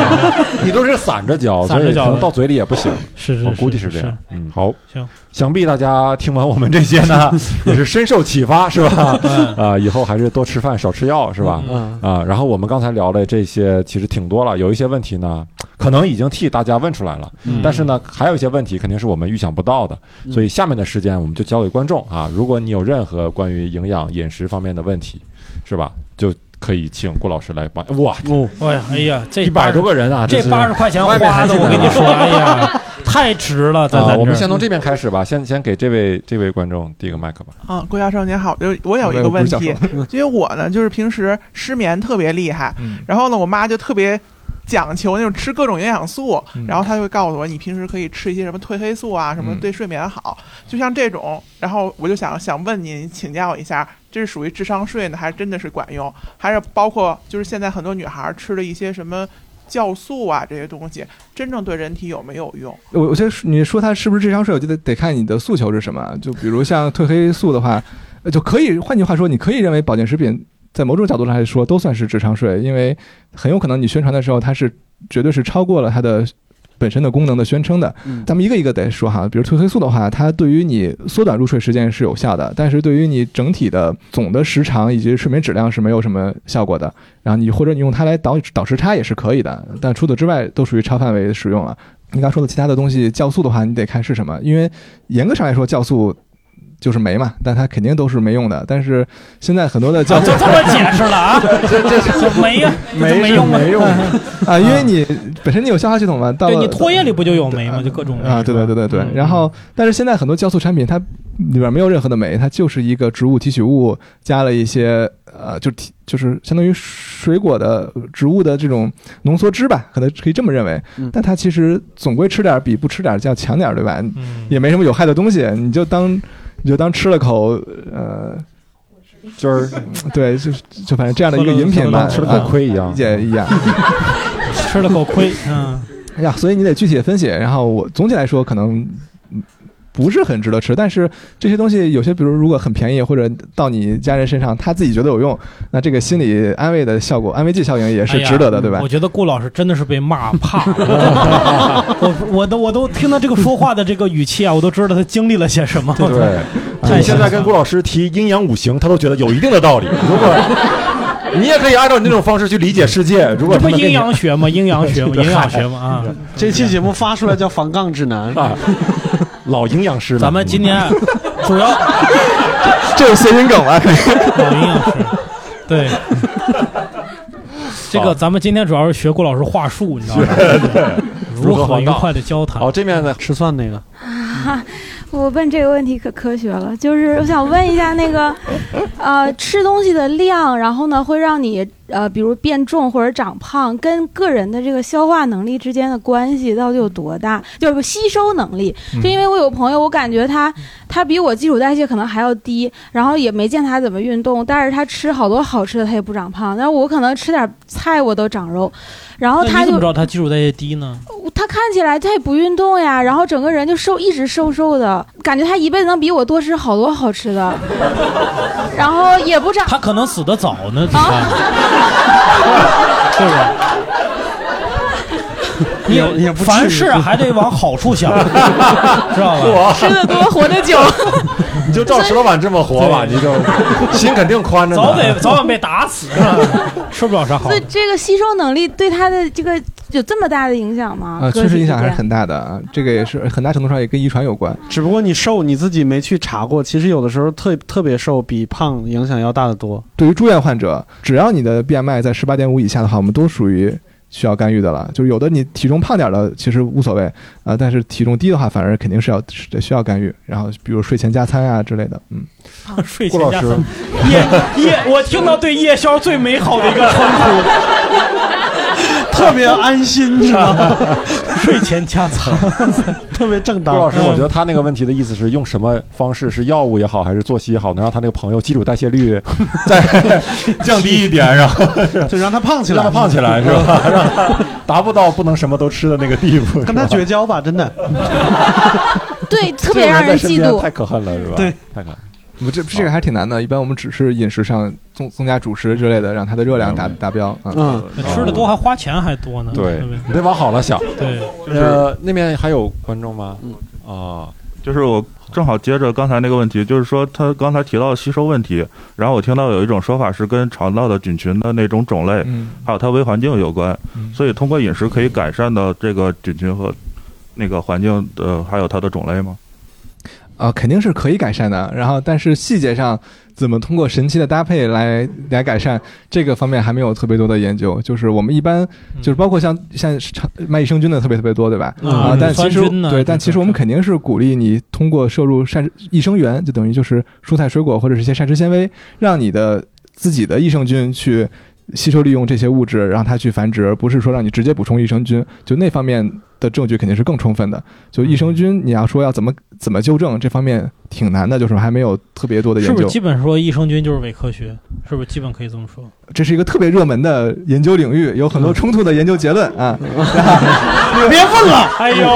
S3: 你都是散着嚼，
S4: 啊散
S3: 所
S4: 着
S3: 以
S4: 嚼
S3: 可能到嘴里也不行。
S4: 是是，
S3: 我估计是这样。。嗯，好，
S4: 行，
S3: 想必大家听完我们这些 呢，也是深受启发，是吧？
S4: 嗯
S3: 啊，以后还是多吃饭，少吃药，是吧？
S2: 嗯
S3: 啊，然后我们刚才聊了这些，其实挺多了。有一些问题呢，可能已经替大家问出来了，
S2: 嗯
S3: 但是呢，还有一些问题肯定是我们预想不到的。
S2: 嗯
S3: 所以下面的时间我们就交给观众啊，如果你有任何关于营养饮食方面的问题，是吧？就可以请顾老师来帮。哇，
S2: 哦，
S4: 哎呀，哎呀，这
S3: 一百多个人啊，
S4: 这
S3: 是
S4: 八十块钱花
S3: 外面还
S4: 的，
S3: 进
S4: 我
S3: 来
S4: 跟你
S3: 了
S4: 说，哎呀，太值了，在咱
S3: 啊，
S4: 这
S3: 我们
S4: 儿
S3: 先从这边开始吧，先先给这位这位观众递个麦克吧。
S7: 啊，郭教授您好，就是我有一个问题， 因为我呢就是平时失眠特别厉害，
S5: 嗯
S7: 然后呢我妈就特别讲求那种吃各种营养素，
S5: 嗯
S7: 然后她就会告诉我你平时可以吃一些什么褪黑素啊，什么
S5: 嗯
S7: 对睡眠好，就像这种，然后我就想想问您请教一下，这是属于智商税呢，还是真的是管用？还是包括就是现在很多女孩吃的一些什么酵素啊这些东西，真正对人体有没有用？
S5: 我我觉得你说它是不是智商税，我觉得得看你的诉求是什么。啊就比如像褪黑素的话，呃就可以，换句话说，你可以认为保健食品在某种角度上来说都算是智商税，因为很有可能你宣传的时候它是绝对是超过了它的本身的功能的宣称的。
S2: 嗯
S5: 咱们一个一个得说哈，比如褪黑素的话，它对于你缩短入睡时间是有效的，但是对于你整体的总的时长以及睡眠质量是没有什么效果的。然后你或者你用它来倒倒时差也是可以的，但除此之外都属于超范围使用了。你刚说的其他的东西，酵素的话，你得看是什么，因为严格上来说，酵素就是酶嘛，但它肯定都是没用的。但是现在很多的酵素
S4: 就这么解释了啊？这 这没呀，这没用吗？
S3: 没用，
S5: 啊，因为你本身你有消化系统嘛，到
S4: 对
S5: 了
S4: 你唾液里不就有酶吗？就
S5: 对
S4: 各种
S5: 啊，对对对对
S4: 嗯
S3: 嗯
S5: 对。然后，但是现在很多酵素产品，它里边没有任何的酶，它就是一个植物提取物，加了一些呃，就提就是相当于水果的植物的这种浓缩汁吧，可能可以这么认为
S2: 嗯。
S5: 但它其实总归吃点儿比不吃点儿要强点儿，对吧？
S4: 嗯，
S5: 也没什么有害的东西，你就当你就当吃了口呃，
S3: 就是
S5: 对，就是就反正这样的一个饮品吧，
S3: 吃了
S5: 啊
S3: 口亏一样
S5: 理。解一样。
S4: 吃了口亏，嗯，
S5: 哎呀，所以你得具体的分析。然后我总体来说可能嗯不是很值得吃，但是这些东西有些，比如如果很便宜，或者到你家人身上，他自己觉得有用，那这个心理安慰的效果，安慰剂效应也
S4: 哎
S5: 是
S4: 呀
S5: 值得的，对吧
S4: 我？觉得顾老师真的是被骂怕了，我我都我都听到这个说话的这个语气啊，我都知道他经历了些什么。
S3: 对，啊
S4: 太
S3: 你现在跟顾老师提阴阳五行，他都觉得有一定的道 理。如果你也可以按照你那种方式去理解世界，如果
S4: 这
S3: 他
S4: 不
S3: 们给
S4: 阴
S3: 你
S4: 阳学吗？阴阳学吗？营养学吗？啊！
S2: 这期节目发出来叫防杠指南，
S3: 啊，老营养师了，
S4: 咱们今天主要
S5: 这是谐音梗吧？
S4: 老营养师，对。 这个咱们今天主要是学顾老师话术，你知道吗？如何愉快的交 谈
S3: 好，？这面呢，
S2: 吃蒜那个，
S6: 我问这个问题可科学了，就是我想问一下那个，呃，吃东西的量，然后呢会让你呃，比如变重或者长胖，跟个人的这个消化能力之间的关系到底有多大？就是吸收能力，就因为我有朋友，我感觉他他比我基础代谢可能还要低，然后也没见他怎么运动，但是他吃好多好吃的，他也不长胖，但是我可能吃点菜我都长肉，然后
S4: 那
S6: 他
S4: 你怎
S6: 就
S4: 么知道他基础代谢低呢？
S6: 他看起来他也不运动呀，然后整个人就瘦，一直瘦瘦的，感觉他一辈子能比我多吃好多好吃的，然后也不长。
S4: 他可能死得早呢，对吧？
S6: 啊
S4: 对吧？你
S2: 也也不至于
S4: 凡事还得往好处想，知道吧？
S6: 吃的多，活得久。
S3: 你就照石老板这么活吧，你就心肯定宽着呢。
S4: 早 得早晚被打死，是吧？吃不了啥好
S6: 所以
S4: 的。
S6: 这个吸收能力对他的这个有这么大的影响吗？
S5: 啊，
S6: 哥
S5: 确实影响
S6: 这
S5: 还
S6: 边
S5: 是很大的啊，这个也是很大程度上也跟遗传有关。
S2: 只不过你瘦你自己没去查过，其实有的时候特特别瘦比胖影响要大得多。
S5: 对于住院患者，只要你的 BMI 在十八点五以下的话，我们都属于需要干预的了。就是有的你体重胖点儿的其实无所谓啊、但是体重低的话，反而肯定是要是得需要干预。然后比如睡前加餐啊之类的，嗯，
S4: 睡
S3: 顾
S4: 前
S3: 老
S4: 加
S3: 师
S4: 餐，夜夜，我听到对夜宵最美好的一个称
S2: 特别安心，是吧？
S4: 呼，睡前加餐。
S2: 特别正
S3: 顾老
S2: 当。
S3: 师，我觉得他那个问题的意思是用什么方式，是药物也好，还是作息也好，能让他那个朋友基础代谢率再降低一点， 然后
S2: 就让他胖起
S3: 让他
S2: 来，
S3: 胖起来，是吧？让达不到不能什么都吃的那个地步，
S2: 跟他
S3: 是吧
S2: 绝交吧，真的。
S6: 对，特
S3: 这
S6: 别
S3: 个
S6: 让
S3: 在
S6: 人
S3: 身
S6: 嫉
S3: 边
S6: 妒
S3: 太。可恨了，是吧？
S2: 对，
S3: 太可恨。
S5: 我这这个还挺难的。一般我们只是饮食上增增加主食之类的，让它的热量达达标啊。
S2: 嗯，
S4: 吃的多还花钱还多呢。
S3: 对
S4: 不，
S3: 你得往好了想。
S4: 对，
S3: 呃，那边还有观众吗？啊，
S8: 就是我正好接着刚才那个问题，就是说他刚才提到吸收问题，然后我听到有一种说法是跟肠道的菌群的那种种类，
S5: 嗯，
S8: 还有它微环境有关，
S5: 嗯
S8: 所以通过饮食可以改善的这个菌群和那个环境的还有它的种类吗？
S5: 啊，肯定是可以改善的。然后，但是细节上怎么通过神奇的搭配来来改善，这个方面还没有特别多的研究。就是我们一般就是包括像像常卖益生菌的特别特别多，对吧？
S4: 嗯
S5: 啊，但其实
S4: 酸菌呢
S5: 对，
S4: 这
S5: 但其实
S4: 种
S5: 我们肯定是鼓励你通过摄入膳食益生元，就等于就是蔬菜水果或者是一些膳食纤维，让你的自己的益生菌去。吸收利用这些物质，让它去繁殖，而不是说让你直接补充益生菌。就那方面的证据肯定是更充分的。就益生菌，你要说要怎么怎么纠正，这方面挺难的，就是还没有特别多的
S4: 嗯是
S5: 研
S4: 不是
S5: 究。
S4: 基本说益生菌就是伪科学？是不是基本可以这么说？
S5: 这是一个特别热门的研究领域，有很多冲突的研究结论啊。
S4: 别问了，哎呦，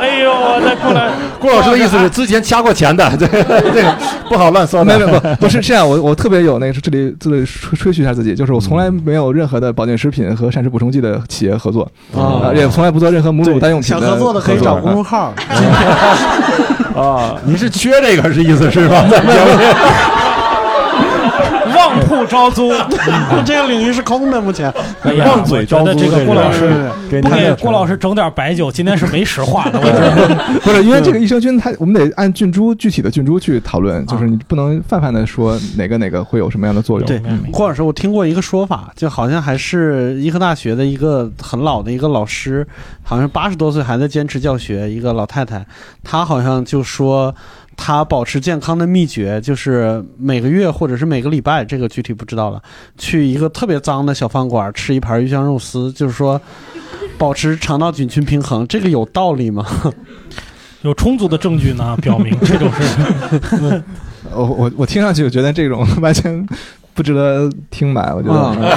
S4: 哎呦，我再 过来，
S3: 顾老师的意思是之前掐过钱的， 对对，不好乱算
S5: 啊没
S3: 的。
S5: 有没 有不不是这样，我我特别有那个这里这里吹吹嘘一下自己，就是我从来
S2: 嗯
S5: 没有任何的保健食品和膳食补充剂的企业合作，
S3: 哦
S5: 啊，也从来不做任何母乳代用品
S2: 想合作的可以找公
S5: 作
S2: 众号，
S3: 啊，您是缺这个是意思是吧？在节目里
S4: 旺铺招租。
S2: 这个领域是空的，目前。
S4: 哎呀
S3: 忘嘴招
S4: 我
S3: 租
S4: 觉得这个
S3: 个
S4: 郭老师
S3: 给
S4: 不
S3: 他
S4: 给
S3: 的
S4: 郭老师整点白酒，今天是没实话的，我觉得。
S5: 啊不是因为这
S2: 嗯
S5: 个益生菌它，我们得按菌株具体的菌株去讨论，就是你不能泛泛的说哪个哪个会有什么样的作用。
S2: 啊对郭老师，我听过一个说法，就好像还是医科大学的一个很老的一个老师，好像八十多岁还在坚持教学，一个老太太，她好像就说。她保持健康的秘诀就是每个月或者是每个礼拜，这个具体不知道了，去一个特别脏的小饭馆吃一盘鱼香肉丝，就是说保持肠道菌群平衡，这个有道理吗？
S4: 有充足的证据呢，表明这种事。
S5: 我我我听上去我觉得这种 完全不值得听吧，我觉
S2: 啊
S5: 得。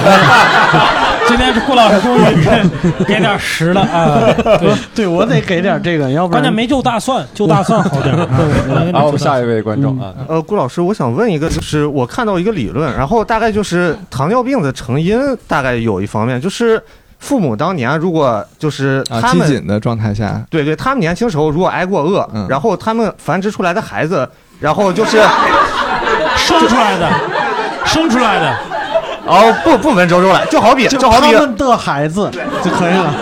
S5: 嗯
S4: 今天是顾老师终于给给点实了啊！对，
S2: 对我得给点这个，要不
S4: 关
S2: 然
S4: 键没救大蒜，救大蒜好点儿。嗯
S3: 然后我们下一位观众啊，
S9: 呃，顾老师，我想问一个，就是我看到一个理论，然后大概就是呃糖尿病的成因，大概有一方面就是父母当年如果就是
S5: 啊，
S9: 他
S5: 激
S9: 们、
S5: 进的状态下，
S9: 对对，他们年轻时候如果挨过饿，
S8: 啊
S5: 嗯
S9: 然后他们繁殖出来的孩子，然后就是
S4: 生出来的，生出来的，
S9: 哦不不文绉绉了，就好比
S2: 就
S9: 就好比
S2: 他们的孩子就可以了。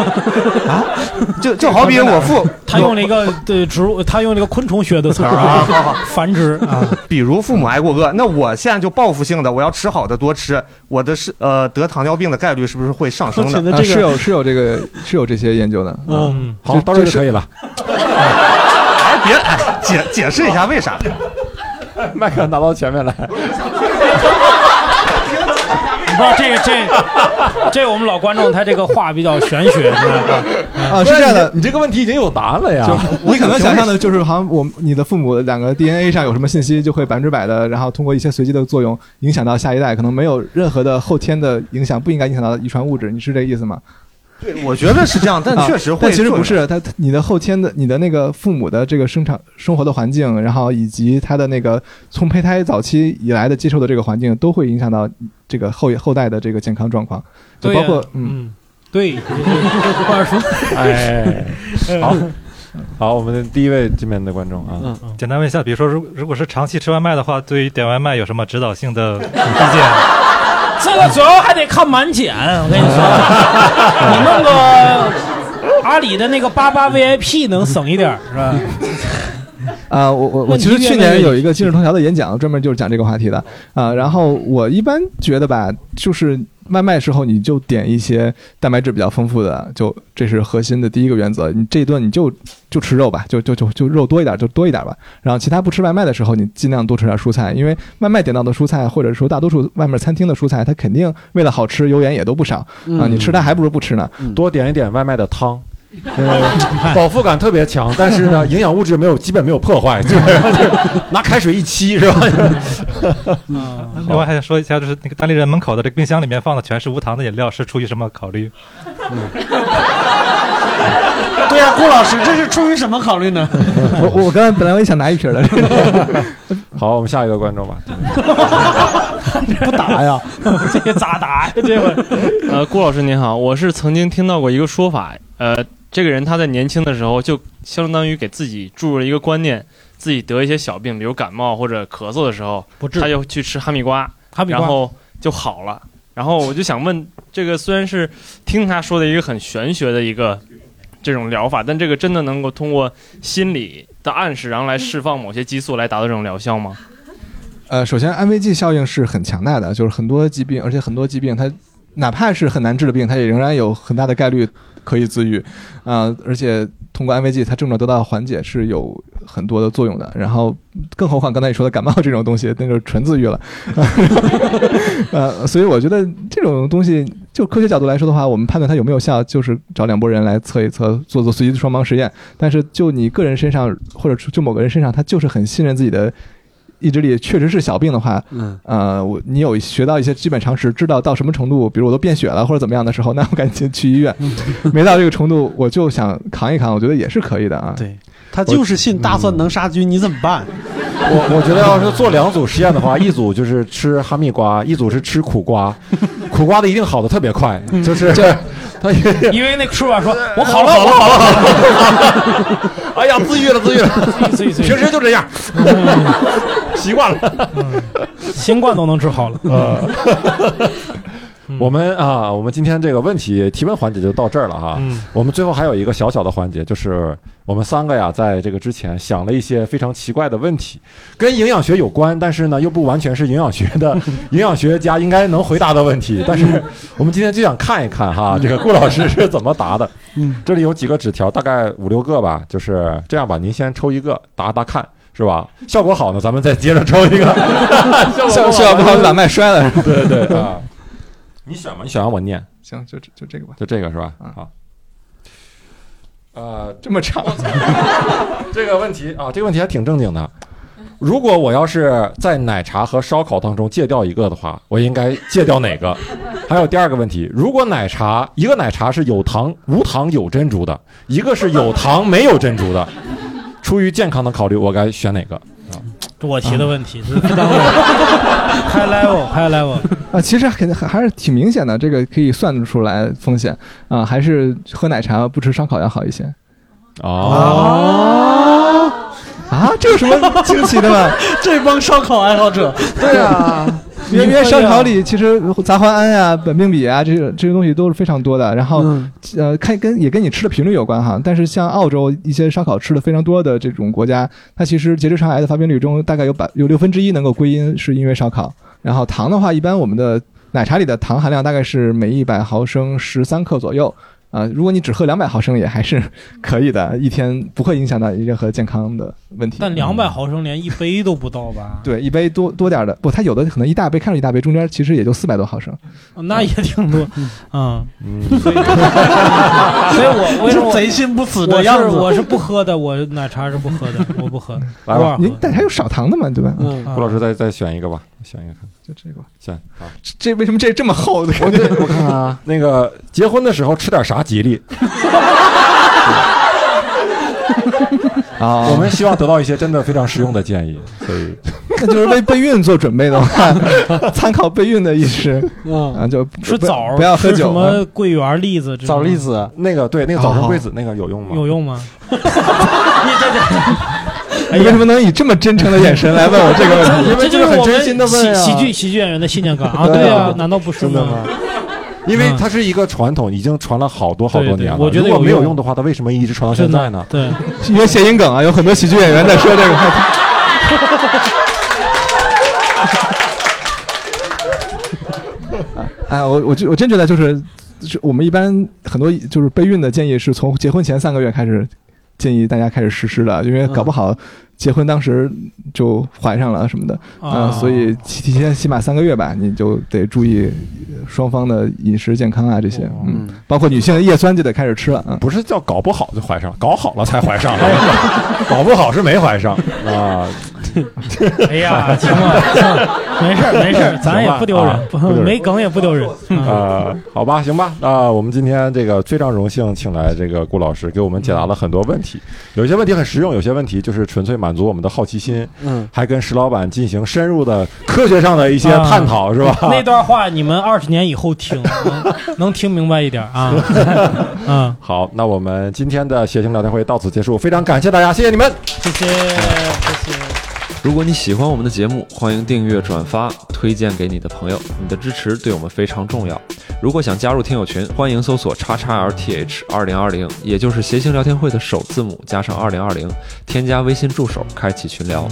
S9: 就就好比我父，
S4: 他用了一个对植物，他用了一个昆虫学的词儿啊，繁殖啊，
S9: 比如父母挨过饿，那我现在就报复性的我要吃好的多吃，我的是呃得糖尿病的概率是不是会上
S2: 我
S9: 升
S2: 觉
S9: 的？
S2: 得
S5: 啊、
S2: 这
S5: 是
S2: 个，
S5: 有是有这个是有这些研究的。
S2: 嗯。
S4: 嗯，
S3: 好，到这就啊可以了。
S9: 哎，别哎解解释一下为啥？
S3: 麦克拿到前面来，
S4: 你不知道这个这这我们老观众他这个话比较玄学，是吧？
S5: 啊，是这样的，
S3: 你这个问题已经有答案了呀。
S5: 我可能想象的就是，好像我你的父母两个 DNA 上有什么信息，就会百分之百的，然后通过一些随机的作用影响到下一代，可能没有任何的后天的影响，不应该影响到遗传物质，你是这意思吗？
S9: 我觉得是这样，但
S5: 啊
S9: 确实会、
S5: 但其实不。是，他你的后天的，你的那个父母的这个生长生活的环境，然后以及他的那个从胚胎早期以来的接受的这个环境，都会影响到这个后后代的这个健康状况，就
S4: 对
S5: 包
S4: 呀
S5: 括嗯。
S4: 嗯，对，话说，
S3: 哎，好，好，我们的第一位这边的观众啊，
S10: 简单问一下，比如说，如如果是长期吃外卖的话，对于点外卖有什么指导性的意 见？
S4: 这个主要还得看满减，我跟你说，你弄个阿里的那个八八 VIP 能省一点儿是吧？
S5: 啊，我我我其实去年有一个今日头条的演讲，专门就是讲这个话题的啊。然后我一般觉得吧，就是外卖时候你就点一些蛋白质比较丰富的，就这是核心的第一个原则。你这一顿你就就吃肉吧，就就就就肉多一点就多一点吧。然后其他不吃外卖的时候，你尽量多吃点蔬菜，因为外卖点到的蔬菜，或者说大多数外面餐厅的蔬菜，它肯定为了好吃，油盐也都不少啊。
S3: 嗯
S5: 你吃它还不如不吃呢。
S3: 多点一点外卖的汤。呃，饱腹感特别强，但是呢，营养物质没有，基本没有破坏，就是就是拿开水一沏是吧？
S10: 另外还想说一下，就是那个单立人门口的这个冰箱里面放的全是无糖的饮料，是出于什么考虑？
S2: 对呀、顾老师，这是出于什么考虑呢？
S5: 我我刚才本来我也想拿一瓶的，
S3: 好，我们下一个观众吧。
S2: 不打呀，
S4: 这个咋答呀？这个
S11: 呃，顾老师您好，我是曾经听到过一个说法，呃，这个人他在年轻的时候就相当于给自己注入了一个观念，自己得一些小病，比如感冒或者咳嗽的时候，
S4: 不治
S11: 他就去吃哈密瓜，
S4: 哈密
S11: 然
S4: 瓜，
S11: 后就好了。然后我就想问，这个虽然是听他说的一个很玄学的一个这种疗法，但这个真的能够通过心理的暗示，然后来释放某些激素来达到这种疗效吗？
S5: 呃，首先安慰剂效应是很强大的，就是很多疾病，而且很多疾病它哪怕是很难治的病，它也仍然有很大的概率可以自愈，啊、而且通过安慰剂，它症状得到缓解是有很多的作用的。然后，更何况刚才你说的感冒这种东西，那就是纯自愈了。呃，所以我觉得这种东西，就科学角度来说的话，我们判断它有没有效，就是找两拨人来测一测，做做随机双盲实验。但是就你个人身上，或者就某个人身上，他就是很信任自己的意志力，确实是小病的话，
S2: 嗯，
S5: 呃，我你有学到一些基本常识，知道到什么程度，比如我都便血了或者怎么样的时候，那我赶紧去医 院。没到这个程度，我就想扛一扛，我觉得也是可以的啊。
S2: 对他就是信大蒜能杀菌，你怎么办？
S3: 我我觉得要是做两组实验的话，一组就是吃哈密瓜，一组是吃苦 瓜，苦瓜的一定好的特别快，就是它也
S4: 因为那个说法说，我
S3: 好
S4: 好
S3: 了
S4: 了，
S3: 好了好了好了，哎呀，自愈了自愈嗯了，
S4: 所以所以
S3: 平时就这样， 习惯了。
S4: 新冠都能治好了。
S3: 我们啊，我们今天这个问题提问环节就到这儿了哈。
S10: 嗯
S3: 我们最后还有一个小小的环节，就是我们三个呀，在这个之前想了一些非常奇怪的问题，跟营养学有关，但是呢又不完全是营养学的营养学家应该能回答的问题。但是我们今天就想看一看哈，这个顾老师是怎么答的。
S2: 嗯，
S3: 这里有几个纸条，大概五六个吧，就是这样吧，您先抽一个答答看。是吧？效果好呢，咱们再接着抽一个。效
S5: 效
S3: 果
S5: 效果不好就把麦摔了。
S3: 对对对啊！你选吧，你选完我念。
S5: 行，就就这个吧，
S3: 就这个是吧？
S5: 嗯
S3: 好。呃，
S5: 这么长。
S3: 这个问题啊，这个问题还挺正经的。如果我要是在奶茶和烧烤当中戒掉一个的话，我应该戒掉哪个？还有第二个问题，如果奶茶一个奶茶是有糖无糖有珍珠的，一个是有糖没有珍珠的，出于健康的考虑，我该选哪个？
S4: 我提的问题是 非常 high 嗯 level high level，
S5: 啊，其实肯定还还是挺明显的，这个可以算得出来风险啊，还是喝奶茶不吃烧烤要好一些
S3: 哦，
S5: 啊，这有什么惊奇的吗？
S2: 这帮烧烤爱好者，
S5: 对啊，因为因为烧烤里其实杂环胺啊、苯并芘啊，这个这些东西都是非常多的。然后、
S2: 嗯
S5: 呃，看跟也跟你吃的频率有关哈。但是像澳洲一些烧烤吃的非常多的这种国家，它其实结直肠癌的发病率中大概有百有六分之一能够归因是因为烧烤。然后糖的话，一般我们的奶茶里的糖含量大概是每一百毫升十三克左右。啊、如果你只喝两百毫升也还是可以的，一天不会影响到你任何健康的问题。嗯
S4: 但两百毫升连一杯都不到吧？
S5: 对，一杯多多点儿的，不，它有的可能一大杯看着一大杯，中间其实也就四百多毫升。
S4: 哦那也挺多，嗯，
S3: 嗯，
S4: 所以 我为什么
S2: 这贼心不死
S4: 我
S2: 的样
S4: 是
S2: 子。
S4: 我是不喝的，我奶茶是不喝的，我不喝，
S3: 来
S4: 偶尔
S3: 吧，
S4: 喝
S5: 您但还有少糖的嘛，对吧？
S2: 嗯，
S3: 顾老师再再选一个吧，选一个看，
S5: 就这个吧，
S3: 选好。
S5: 这这为什么这这么厚的感觉？
S3: 我看看啊，那个结婚的时候吃点啥吉利？
S5: 啊
S3: 我们希望得到一些真的非常实用的建议，所以
S5: 那就是 为备孕做准备的话， 参考备孕的意识
S2: 嗯
S5: 啊，就不
S4: 嗯吃
S5: 不
S4: 枣儿，
S5: 不要喝
S4: 吃
S5: 酒
S4: 什
S5: 啊。
S4: 么桂圆、栗子之类的，
S3: 那个对那个枣仁龟子那个有用吗？
S4: 有用啊吗？ 哎
S5: 你为什么能以这么真诚的眼神来问我这个 问题？
S4: 这就是
S5: 很
S4: 我
S5: 真心
S4: 们
S5: 的
S4: 喜
S5: 问
S4: 喜
S5: 啊。
S4: 剧喜剧演员的信念感啊！
S3: 对啊
S4: 对啊，难道不是吗？
S3: 因为它是一个传统，已经传了好多好多年了。
S4: 对对我觉
S3: 如
S4: 得
S3: 果
S4: 有
S3: 没有
S4: 用
S3: 用的话，它为什么一直传到
S4: 真
S3: 现在
S4: 的
S3: 呢？
S4: 对，
S5: 因为谐音梗啊，有很多喜剧演员在说这个。 哎，我我就我真觉得就是，就是我们一般很多就是备孕的建议是从结婚前三个月开始建议大家开始实施的，因为搞不好结婚当时就怀上了什么的啊、
S4: 啊
S5: 所以起提前起码三个月吧，你就得注意呃双方的饮食健康啊这些，
S2: 哦
S5: 嗯，包括女性的叶酸就得开始吃了，嗯，
S3: 不是叫搞不好就怀上，搞好了才怀上，啊 搞不好是没怀上啊。
S4: 哎呀，行吧，行吧没事儿没事儿，咱也不丢
S3: 行吧
S4: 人，
S3: 啊不丢人
S4: 没梗也不丢人。嗯
S3: 啊，好吧，行吧，那我们今天这个非常荣幸，请来这个顾老师给我们解答了很多问题，有些问题很实用，有些问题就是纯粹满足我们的好奇心，
S2: 嗯，
S3: 还跟石老板进行深入的科学上的一些探讨，是吧？
S4: 那段话你们二十年以后听，能能听明白一点啊。嗯，
S3: 好，那我们今天的谐星聊天会到此结束，非常感谢大家，谢谢你们。
S4: 谢谢谢谢。
S1: 如果你喜欢我们的节目，欢迎订阅、转发、推荐给你的朋友，你的支持对我们非常重要。如果想加入听友群，欢迎搜索叉叉 LTH 二零二零，也就是谐星聊天会的首字母加上二零二零，添加微信助手，开启群聊。